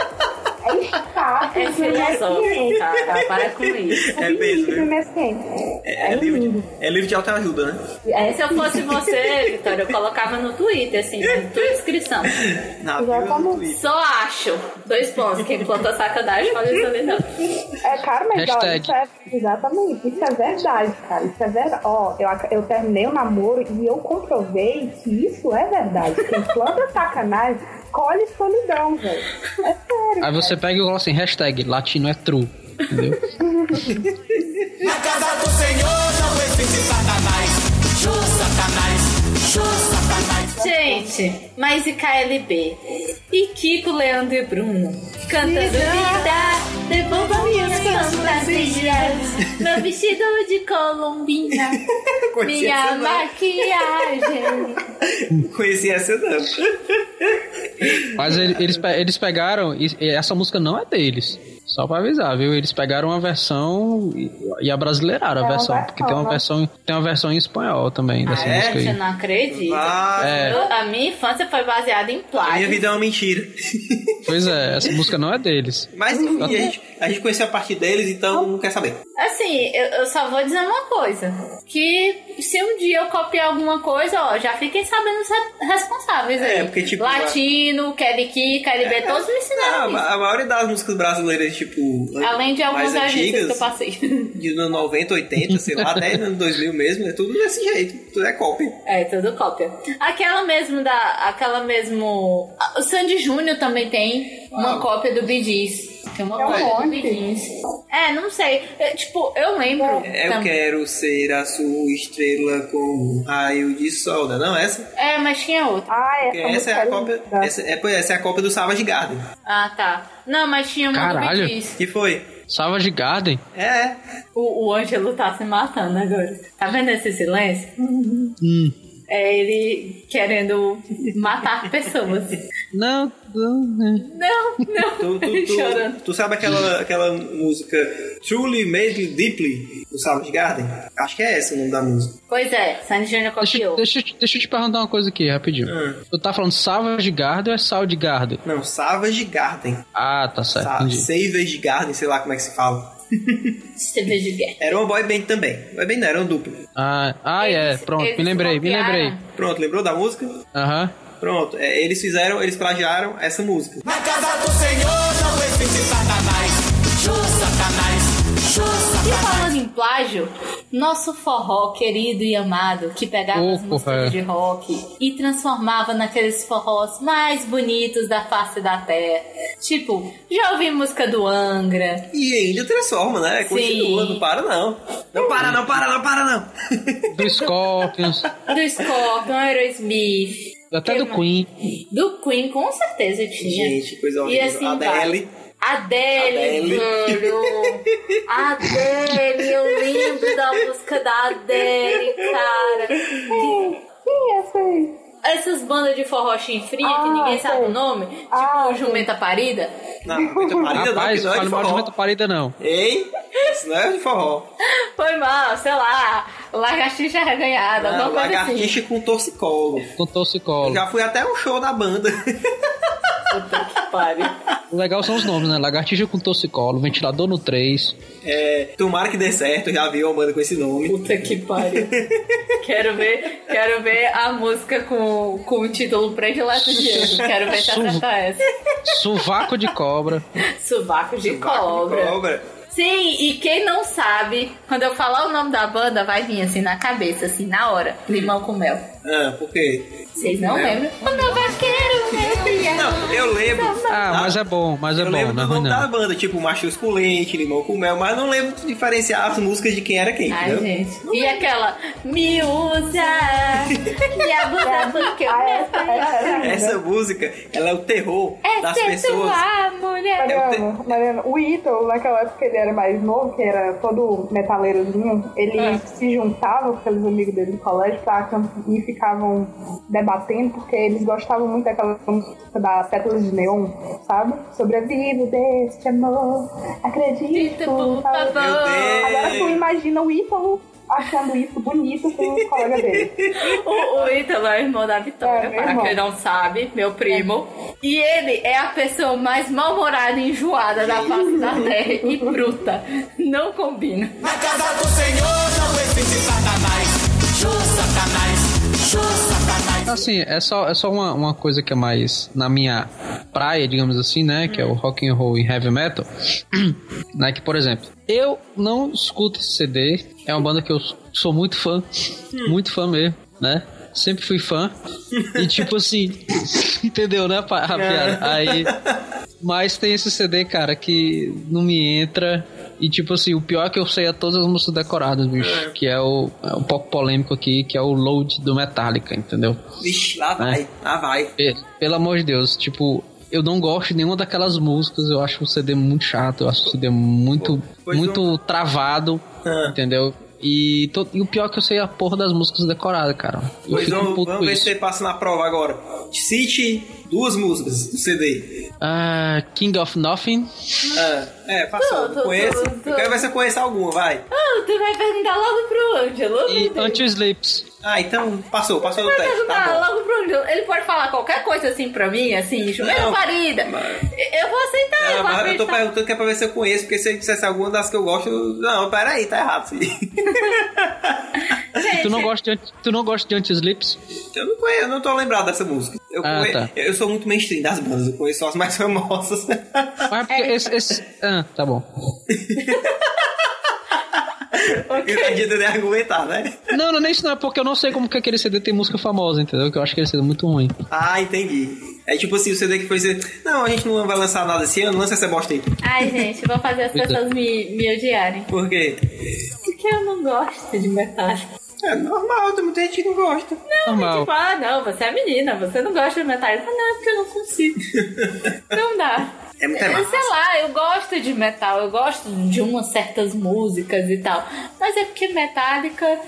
Speaker 5: é chato.
Speaker 1: É filosófico, cara. Para com isso.
Speaker 2: É mesmo, viu? É, é livro
Speaker 5: lindo.
Speaker 2: de, é livro de autoajuda, né?
Speaker 1: É, se eu fosse você, Vitória, eu colocava no Twitter, assim, na tua descrição.
Speaker 2: Na
Speaker 5: Já
Speaker 2: vida
Speaker 5: como-
Speaker 2: do Twitter.
Speaker 1: Só acho. Dois pontos. Quem planta sacanagem faz solidão.
Speaker 5: É, cara, mas ó,
Speaker 4: Hashtag.
Speaker 5: isso é, exatamente, isso é verdade, cara, isso é verdade. Ó, eu, ac- eu terminei o namoro e eu comprovei que isso é verdade. Quem planta sacanagem colhe solidão, velho. É sério.
Speaker 4: Aí você pega e coloca assim, hashtag latino é true. Entendeu?
Speaker 6: Na casa do Senhor não existe Satanás. Show Satanás, show Satanás.
Speaker 1: Gente, mas e KLB? E Kiko, Leandro e Bruno? Cantando Vida, devolva minhas fantasias Meu vestido de colombina
Speaker 2: Conheci
Speaker 1: Minha
Speaker 2: essa não.
Speaker 1: maquiagem
Speaker 2: Conheci essa não.
Speaker 4: Mas ele- eles, pe- eles pegaram. E, e essa música não é deles. Só pra avisar, viu? Eles pegaram uma versão e, e abrasileiraram
Speaker 5: É
Speaker 4: a
Speaker 5: uma
Speaker 4: versão,
Speaker 5: versão,
Speaker 4: porque tem uma
Speaker 5: né?
Speaker 4: versão, tem uma versão em espanhol também dessa
Speaker 2: é?
Speaker 4: música
Speaker 1: Você
Speaker 4: aí.
Speaker 1: não acredita?
Speaker 2: Ah,
Speaker 4: É,
Speaker 1: Eu- a minha infância foi baseada em
Speaker 2: a minha
Speaker 1: plágio.
Speaker 2: vida é uma mentira.
Speaker 4: pois é, essa música não é deles.
Speaker 2: Mas
Speaker 1: Então,
Speaker 2: enfim, a gente, a gente conheceu a parte deles, então não quer saber.
Speaker 1: Assim, eu, eu só vou dizer uma coisa. Que se um dia eu copiar alguma coisa, ó, já fiquem sabendo os re- responsáveis aí.
Speaker 2: É, porque, tipo,
Speaker 1: Latino, Kelly Ki, KLB, todos me
Speaker 2: Ah,
Speaker 1: ensinaram isso.
Speaker 2: a, a maioria das músicas brasileiras, tipo, an-
Speaker 1: Além de alguns
Speaker 2: mais
Speaker 1: agentes
Speaker 2: antigas,
Speaker 1: que eu passei.
Speaker 2: de anos 90, 80, sei lá, até anos 2000 mesmo, é tudo desse jeito, tudo é cópia.
Speaker 1: É, tudo cópia. Aquela mesmo da. Aquela mesmo. a- O Sandy Júnior também tem uma cópia do Bee Gees. Tem uma
Speaker 5: É um
Speaker 1: cópia do
Speaker 5: monte.
Speaker 1: Bee Gees. É, não sei. É, tipo, eu lembro.
Speaker 2: É, Eu
Speaker 1: tam-
Speaker 2: quero ser a sua estrela com um raio de sol, não é não essa?
Speaker 1: É, mas tinha outra.
Speaker 5: Ah, essa,
Speaker 2: Porque essa é
Speaker 5: música
Speaker 2: a
Speaker 5: era
Speaker 2: cópia,
Speaker 5: linda.
Speaker 2: essa é, pois é, essa é a cópia do Savage Garden.
Speaker 1: Ah, tá. Não, mas tinha uma do
Speaker 4: Caralho.
Speaker 1: Bee Gees.
Speaker 2: Que foi?
Speaker 4: Savage Garden?
Speaker 2: É, é.
Speaker 1: O, o Ângelo tá se matando agora. Tá vendo esse silêncio? É ele querendo matar pessoas.
Speaker 4: Não, não, não.
Speaker 1: Não, não.
Speaker 2: Tu, tu, tu-
Speaker 1: Chorando.
Speaker 2: tu sabe aquela, aquela música Truly Made Deeply do Savage Garden? Acho que é esse o nome da música.
Speaker 1: Pois é, Sandy Júnior
Speaker 4: Deixa,
Speaker 1: copiou.
Speaker 4: deixa, eu te- deixa eu te perguntar uma coisa aqui, rapidinho.
Speaker 2: Hum.
Speaker 4: Tu tá falando Savage Garden ou é Salde Garden?
Speaker 2: Não, Savage Garden.
Speaker 4: Ah, tá certo,
Speaker 2: Sa
Speaker 4: entendi.
Speaker 2: Savage Garden, sei lá como é que se fala.
Speaker 1: Steve de guerra.
Speaker 2: Era uma boy band também. Boy band não, era um duplo.
Speaker 4: Ah, ah é,
Speaker 1: Eles-
Speaker 4: pronto,
Speaker 1: eles
Speaker 4: me lembrei, me
Speaker 1: copiaram.
Speaker 4: lembrei.
Speaker 2: Pronto, lembrou da música?
Speaker 4: Aham.
Speaker 2: Pronto, é, eles fizeram, eles plagiaram essa música.
Speaker 6: Na casa do Senhor não existe Satanás. Jô Satanás, Jô
Speaker 1: E
Speaker 6: Satanás.
Speaker 1: falando em plágio, nosso forró querido e amado, que pegava
Speaker 4: Ô,
Speaker 1: as músicas
Speaker 4: porra. é.
Speaker 1: de rock e transformava naqueles forrós mais bonitos da face da terra. Tipo, já ouvi música do Angra.
Speaker 2: E ainda transforma, né? Continua,
Speaker 1: Sim.
Speaker 2: não para não. Não para não, para não, para não.
Speaker 4: Do Scorpions,
Speaker 1: Do Scorpion, Aerosmith.
Speaker 4: até
Speaker 1: Que
Speaker 4: do
Speaker 1: mais?
Speaker 4: Queen.
Speaker 1: Do Queen, com certeza tinha.
Speaker 2: Gente, coisa
Speaker 1: E
Speaker 2: horrível.
Speaker 1: assim,
Speaker 2: Adele.
Speaker 1: vai. Adele,
Speaker 2: Adele.
Speaker 1: mano. Adele, eu lembro da música da Adele, cara.
Speaker 5: Sim, é essa aí.
Speaker 1: Essas bandas de forró chinfria, que
Speaker 5: Ah,
Speaker 1: ninguém sabe
Speaker 5: sei.
Speaker 1: o nome, tipo
Speaker 5: Ah,
Speaker 1: o Jumenta Parida.
Speaker 2: Não, Jumento Parida não,
Speaker 4: Rapaz,
Speaker 2: que não é
Speaker 4: fala
Speaker 2: de
Speaker 4: mal de
Speaker 2: forró.
Speaker 4: Vento Parida não.
Speaker 2: Ei, isso não é de forró.
Speaker 1: Foi mal, sei lá, Lagartixa Reganhada,
Speaker 2: Não,
Speaker 1: alguma coisa assim.
Speaker 2: Ah, lagartixa com torcicolo.
Speaker 4: Com torcicolo.
Speaker 2: Já fui até um show da banda.
Speaker 1: Puta que pariu.
Speaker 4: O legal são os nomes, né? Lagartixa com torcicolo, ventilador no 3.
Speaker 2: É, tomara que dê certo, já vi uma banda com esse nome.
Speaker 1: Puta que pariu. quero, ver, quero ver a música com, com o título predileto de Diego. Quero ver se
Speaker 4: Suva-
Speaker 1: acerta essa.
Speaker 4: Sovaco de cobra.
Speaker 1: Subaco de
Speaker 2: Cobra.
Speaker 1: cobra. Sim, e quem não sabe, quando eu falar o nome da banda, vai vir assim na cabeça, assim, na hora. Limão com mel.
Speaker 2: Ah, por quê?
Speaker 1: Vocês não lembram? O meu vaqueiro, meu filho.
Speaker 2: Não, eu lembro.
Speaker 4: Ah,
Speaker 2: tá?
Speaker 4: mas é bom, mas é
Speaker 2: Eu
Speaker 4: bom,
Speaker 2: lembro
Speaker 4: não é
Speaker 2: do
Speaker 4: ruim
Speaker 2: nome da
Speaker 4: não.
Speaker 2: banda, tipo Machos com Leite, Limão com Mel, mas não lembro de diferenciar as músicas de quem era quem,
Speaker 1: Ai,
Speaker 2: entendeu?
Speaker 1: gente. E aquela, me usa, me abusa porque eu
Speaker 5: Ah,
Speaker 1: me
Speaker 5: essa, essa era linda.
Speaker 2: Essa música, ela é o terror das
Speaker 1: Essa é
Speaker 2: pessoas.
Speaker 1: tua mulher.
Speaker 5: Mariana, Mariana, o Ítalo, naquela época que ele era mais novo, que era todo metaleirozinho, ele
Speaker 1: É.
Speaker 5: se juntava com aqueles amigos dele do colégio pra, can- e ficavam debatendo, porque eles gostavam muito daquela música da Pétalas de Neon, sabe? Sobrevivo deste amor, acredito.
Speaker 1: Dita, por
Speaker 5: sabe?
Speaker 1: favor.
Speaker 5: Agora tu imagina o Ítalo achando isso bonito com o colega dele.
Speaker 1: O, o Ítalo é o irmão da Vitória,
Speaker 5: É, meu
Speaker 1: para
Speaker 5: irmão.
Speaker 1: quem não sabe, meu primo. E ele é a pessoa mais mal-humorada e enjoada da face da terra e bruta. Não combina.
Speaker 6: Na casa do Senhor não existe Satanás. Jô Satanás, Jô Satanás.
Speaker 4: Assim, é só, é só uma, uma coisa que é mais na minha praia, digamos assim, né? Que é o rock and roll e heavy metal. né, que, por exemplo, eu não escuto esse CD. É uma banda que eu sou muito fã. Muito fã mesmo, né? Sempre fui fã. E tipo assim, entendeu, né, pa- rapaziada? Aí. Mas tem esse CD, cara, que não me entra. E tipo assim, o pior é que eu sei é todas as músicas decoradas, bicho. Que é o, é um pouco polêmico aqui, que é o load do Metallica, entendeu?
Speaker 2: Vixe,
Speaker 4: É.
Speaker 2: lá vai, lá vai.
Speaker 4: Pe- Pelo amor de Deus, tipo, eu não gosto de nenhuma daquelas músicas, eu acho o CD muito chato, eu acho o CD muito,
Speaker 2: Pois
Speaker 4: muito travado,
Speaker 2: Ah.
Speaker 4: entendeu? E, to- e o pior é que eu sei a porra das músicas decoradas, cara. Eu
Speaker 2: Pois
Speaker 4: fico
Speaker 2: vamos,
Speaker 4: puto
Speaker 2: vamos
Speaker 4: com
Speaker 2: ver
Speaker 4: isso.
Speaker 2: se você passa na prova agora. Cite duas músicas do CD.
Speaker 4: Ah, King of Nothing.
Speaker 2: Ah, é, passou.
Speaker 1: Tô, tô,
Speaker 2: conheço.
Speaker 1: tô, tô.
Speaker 2: Eu quero ver se eu conheço alguma, vai.
Speaker 1: Ah, tu vai perguntar logo pro Ângelo.
Speaker 4: E Anti-Sleeps.
Speaker 2: Ah, então passou, passou do
Speaker 1: vai
Speaker 2: teste.
Speaker 1: perguntar
Speaker 2: então Tá bom.
Speaker 1: logo pro Ângelo. Ele pode falar qualquer coisa assim pra mim, assim, chuveiro
Speaker 2: Não,
Speaker 1: parida.
Speaker 2: mas-
Speaker 1: Eu vou aceitar,
Speaker 2: Ah,
Speaker 1: eu vou
Speaker 2: mas eu tô
Speaker 1: acreditar.
Speaker 2: perguntando que é pra ver se eu conheço, porque se eu dissesse alguma das que eu gosto. eu- Não, peraí, tá errado. Filho.
Speaker 1: Gente,
Speaker 4: Tu não gosta de, anti- tu não gosta de Anti-Sleeps?
Speaker 2: Eu não conheço, eu não tô lembrado dessa música. Eu,
Speaker 4: Ah,
Speaker 2: conhe-
Speaker 4: tá.
Speaker 2: eu sou muito mainstream das bandas, eu conheço só as mais famosas.
Speaker 4: Ah, é porque esse, esse- Ah, tá bom.
Speaker 2: E não adianta nem argumentar, né?
Speaker 4: Não, não, nem isso não. É porque eu não sei como que aquele CD tem música famosa, entendeu? Que eu acho que ele CD é muito ruim.
Speaker 2: Ah, entendi. É tipo assim, o CD que foi dizer, não, a gente não vai lançar nada esse ano, lança essa bosta aí.
Speaker 1: Ai, gente, vou fazer
Speaker 2: Então.
Speaker 1: as pessoas me, me odiarem.
Speaker 2: Por quê?
Speaker 1: Porque eu não gosto de metal.
Speaker 2: É normal, tem muita gente que não gosta.
Speaker 4: Normal.
Speaker 1: Tipo, ah, não, você é menina, você não gosta de metal. Ah, não, é porque eu não consigo. não dá.
Speaker 2: É muita
Speaker 1: Eu
Speaker 2: massa.
Speaker 1: Sei lá, eu gosto de metal, eu gosto de umas certas músicas e tal. Mas é porque Metallica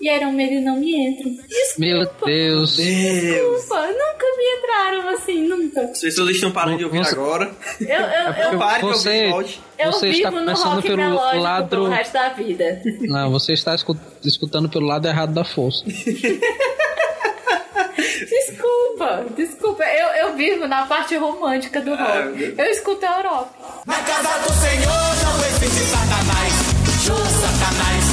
Speaker 1: e Iron Maiden não me entram. Desculpa.
Speaker 4: Meu Deus.
Speaker 2: Meu,
Speaker 1: Desculpa, nunca me entraram assim, nunca.
Speaker 2: as pessoas estão parando de ouvir
Speaker 4: Nossa.
Speaker 2: agora.
Speaker 1: Eu, eu, eu,
Speaker 4: Eu-
Speaker 2: Pare que
Speaker 4: você-
Speaker 2: alguém volte.
Speaker 1: eu
Speaker 4: É Você
Speaker 1: vivo
Speaker 4: está
Speaker 1: no
Speaker 4: começando
Speaker 1: rock
Speaker 4: pelo
Speaker 1: melódico
Speaker 4: lado-
Speaker 1: pelo resto da vida.
Speaker 4: Não, você está escu- escutando pelo lado errado da força.
Speaker 1: Desculpa, desculpa. Eu, eu vivo na parte romântica do
Speaker 2: Ah, meu
Speaker 1: rock.
Speaker 2: Deus.
Speaker 1: Eu escuto a Europa.
Speaker 6: Na casa do Senhor não existe Satanás. Show Satanás,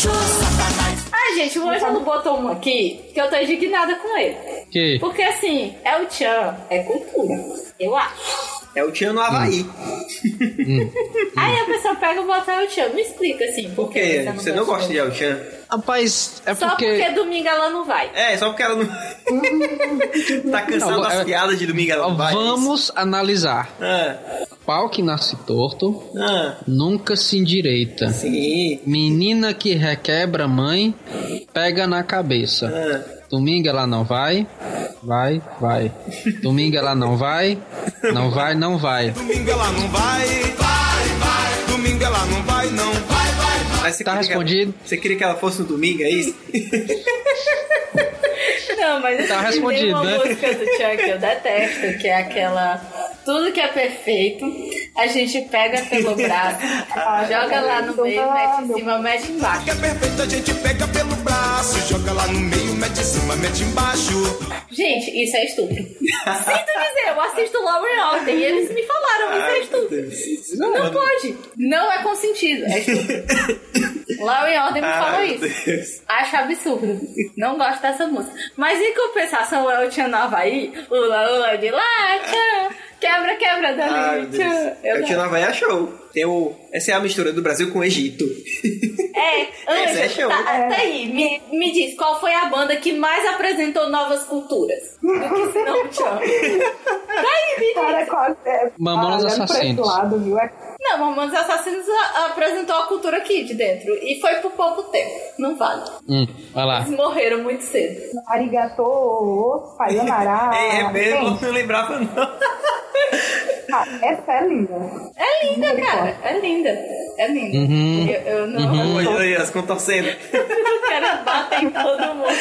Speaker 6: show Satanás.
Speaker 1: Ai, gente, o Ângelo botou uma aqui que eu tô indignada com ele.
Speaker 4: Que?
Speaker 1: Porque assim, é o Tchan, é cultura. Eu acho.
Speaker 2: É o Tchan no Havaí.
Speaker 4: Hum.
Speaker 1: Aí a pessoa pega e bota "Ah, é o Tchan. Me explica assim.
Speaker 2: Por quê? Você não gosta de El Chan?
Speaker 4: Rapaz, é
Speaker 1: Só porque... domingo ela não vai.
Speaker 2: É, só porque ela não. tá cansando
Speaker 4: Não,
Speaker 2: das
Speaker 4: é-
Speaker 2: piadas de domingo, ela não vai.
Speaker 4: Vamos analisar.
Speaker 2: Ah,
Speaker 4: Pau que nasce torto,
Speaker 2: ah,
Speaker 4: nunca se endireita.
Speaker 2: sim.
Speaker 4: Menina que requebra mãe, pega na cabeça.
Speaker 2: Ah.
Speaker 4: Domingo ela não vai, vai, vai. Domingo ela não vai, não vai, não vai.
Speaker 6: Domingo ela não vai, vai, vai. Domingo ela não vai, não vai, vai, vai.
Speaker 2: Mas você
Speaker 4: Tá
Speaker 2: queria que ela-
Speaker 4: respondido.
Speaker 2: você queria que ela fosse no domingo, é isso?
Speaker 1: Não, mas
Speaker 4: Tá
Speaker 1: assim, tem
Speaker 4: respondido,
Speaker 1: uma
Speaker 4: né?
Speaker 1: música do Tchan que eu detesto, que é aquela. Tudo que é perfeito, a gente pega pelo braço, joga lá no meio, mete em cima, mete embaixo.
Speaker 6: Que é perfeito, a gente pega pelo braço, joga lá no meio, mete em cima, mete embaixo.
Speaker 1: Gente, isso é estupro. Sinto dizer, eu assisto Law and Order e eles me falaram, isso é estupro. Não pode, não é consentido, é estupro. Law and Order me falou
Speaker 2: Ai,
Speaker 1: isso.
Speaker 2: meu Deus.
Speaker 1: Acho absurdo. Não gosto dessa música. Mas em compensação, eu tinha no Havaí, Ula Ula é de lá, tchan, quebra, quebra,
Speaker 2: Ai,
Speaker 1: Dani,
Speaker 2: meu Deus.
Speaker 1: tchan. Eu
Speaker 2: El Chan
Speaker 1: não-
Speaker 2: no Havaí é show. Tem o... Essa é a mistura do Brasil com o Egito.
Speaker 1: É,
Speaker 2: Esse é
Speaker 1: Ângela,
Speaker 2: show.
Speaker 1: tá, até aí, me, me diz, qual foi a banda que mais apresentou novas culturas? Do que se não o tchan? Daí, me diz.
Speaker 5: Cara, é quase. É,
Speaker 4: Mamonas
Speaker 5: olhando pra esse
Speaker 4: Assassinos.
Speaker 5: Lado, viu? É
Speaker 1: Não, Mamonas Assassinos a- apresentou a cultura aqui de dentro. E foi por pouco tempo. Não vale.
Speaker 4: Hum, vai lá.
Speaker 1: Eles morreram muito cedo.
Speaker 5: Arigato, sayonara.
Speaker 2: é, é mesmo,
Speaker 5: Gente,
Speaker 2: não lembrava não.
Speaker 5: ah, essa é linda.
Speaker 1: É linda, cara. É linda. É linda.
Speaker 4: Uhum.
Speaker 1: Eu, eu não,
Speaker 2: Olha
Speaker 1: eu
Speaker 2: aí, as contorcendo.
Speaker 1: não quero bater em todo mundo.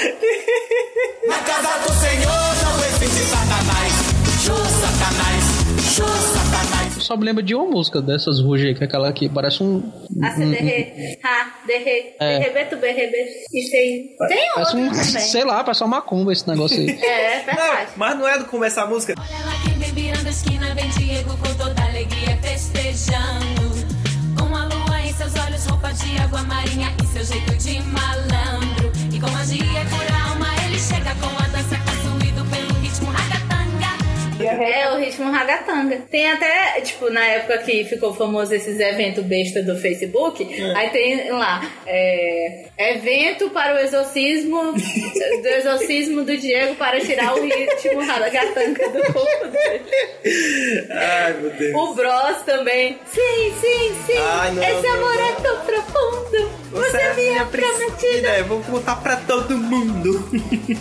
Speaker 6: Na casa do Senhor não existe Satanás. Show Satanás, show Satanás.
Speaker 4: Eu só me lembro de uma música dessas ruas que é aquela que parece um.
Speaker 1: A CDR, ha, derre,
Speaker 4: É.
Speaker 1: derrebeto, berrebe. Isso aí. Tem
Speaker 4: Parece
Speaker 1: outro
Speaker 4: um.
Speaker 1: também.
Speaker 4: Sei lá, parece uma macumba esse negócio aí.
Speaker 1: É, é
Speaker 2: Não,
Speaker 1: verdade.
Speaker 2: mas não é do começar a música.
Speaker 7: Olha lá quem vem virando a esquina, vem Diego com toda a alegria festejando. Com a lua em seus olhos, roupa de água marinha e seu jeito de malandro. E com magia por alma, ele chega com a dança consumido pelo ritmo ragatanga.
Speaker 1: É o ritmo ragatanga. Tem até, tipo, na época que ficou famoso esses eventos besta do Facebook, aí tem lá, é, evento para o exorcismo, do exorcismo do Diego para tirar o ritmo ragatanga do corpo dele.
Speaker 2: Ai, meu Deus.
Speaker 1: O Bros também. Sim, sim, sim.
Speaker 2: Ai, não,
Speaker 1: Esse
Speaker 2: não,
Speaker 1: amor
Speaker 2: não.
Speaker 1: é tão profundo. Você, é minha né, prometida.
Speaker 2: Eu vou contar pra todo mundo.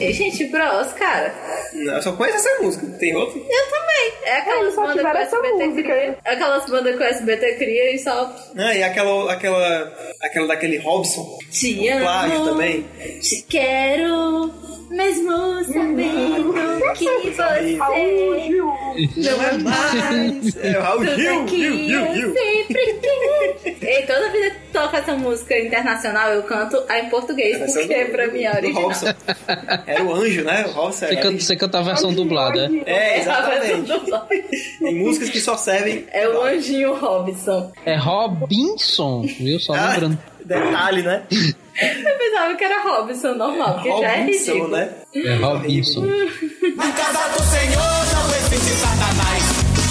Speaker 1: E, gente, Bros, cara,
Speaker 2: Não, eu só conheço essa música. Tem outra?
Speaker 1: eu também. É aquelas
Speaker 5: Eles só
Speaker 1: bandas com
Speaker 5: tiveram essa
Speaker 1: SBT
Speaker 5: música.
Speaker 1: cria. Aquelas bandas com SBT cria e só
Speaker 2: Ah, e aquela, aquela, aquela daquele Robson.
Speaker 1: Te
Speaker 2: O
Speaker 1: amo.
Speaker 2: plágio também.
Speaker 1: Te quero, mesmo sabendo
Speaker 2: Hum.
Speaker 1: que
Speaker 2: é
Speaker 1: você
Speaker 5: Raul Gil.
Speaker 2: Não é mais. É o Raul
Speaker 1: tudo
Speaker 2: Gil,
Speaker 1: que
Speaker 2: Gil, Gil,
Speaker 1: eu
Speaker 2: Gil.
Speaker 1: sempre quis. Ei, toda vida que toca essa música internacional, eu canto a em português,
Speaker 2: Essa é
Speaker 1: porque
Speaker 2: do-
Speaker 1: pra mim é
Speaker 2: do
Speaker 1: original.
Speaker 2: Robson. Era o anjo, né? O Robson
Speaker 4: Você
Speaker 2: era
Speaker 4: canta,
Speaker 2: ali.
Speaker 4: você canta a versão dublada, né?
Speaker 2: É,
Speaker 1: É,
Speaker 2: exatamente.
Speaker 1: tudo bom.
Speaker 2: Tem músicas que só servem.
Speaker 1: É o anjinho Robson.
Speaker 4: É Robinson, viu? Só
Speaker 2: Ah,
Speaker 4: lembrando.
Speaker 2: detalhe, né?
Speaker 1: Eu pensava que era Robson normal, porque já é
Speaker 2: Robinson,
Speaker 1: ridículo.
Speaker 2: né?
Speaker 4: É Robinson.
Speaker 6: Na casa do Senhor não existe Satanás.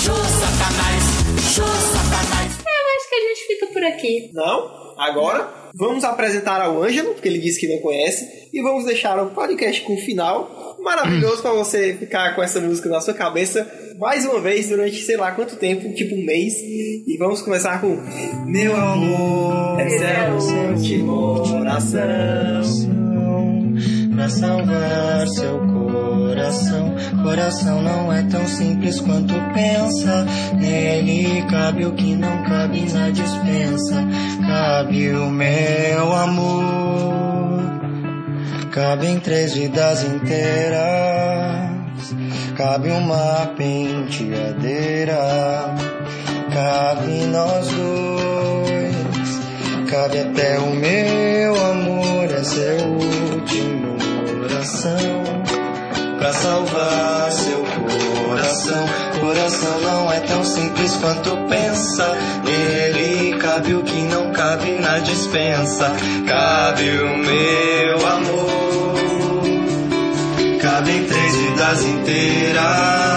Speaker 6: Jô Satanás, Jô Satanás.
Speaker 1: Eu acho que a gente fica por aqui.
Speaker 2: Não, agora vamos apresentar ao Ângelo, porque ele disse que não conhece, e vamos deixar o podcast com o final maravilhoso pra você ficar com essa música na sua cabeça mais uma vez durante sei lá quanto tempo, tipo um mês. E vamos começar com Meu amor, esse é o seu último coração.
Speaker 8: Pra salvar seu coração. Coração não é tão simples quanto pensa. Nele cabe o que não cabe na dispensa. Cabe o meu amor. Cabe em três vidas inteiras. Cabe uma penteadeira. Cabe nós dois. Cabe até o meu amor, essa é a última oração. Pra salvar seu coração, coração não é tão simples quanto pensa. Nele cabe o que não cabe na dispensa. Cabe o meu amor, cabe em três vidas inteiras. é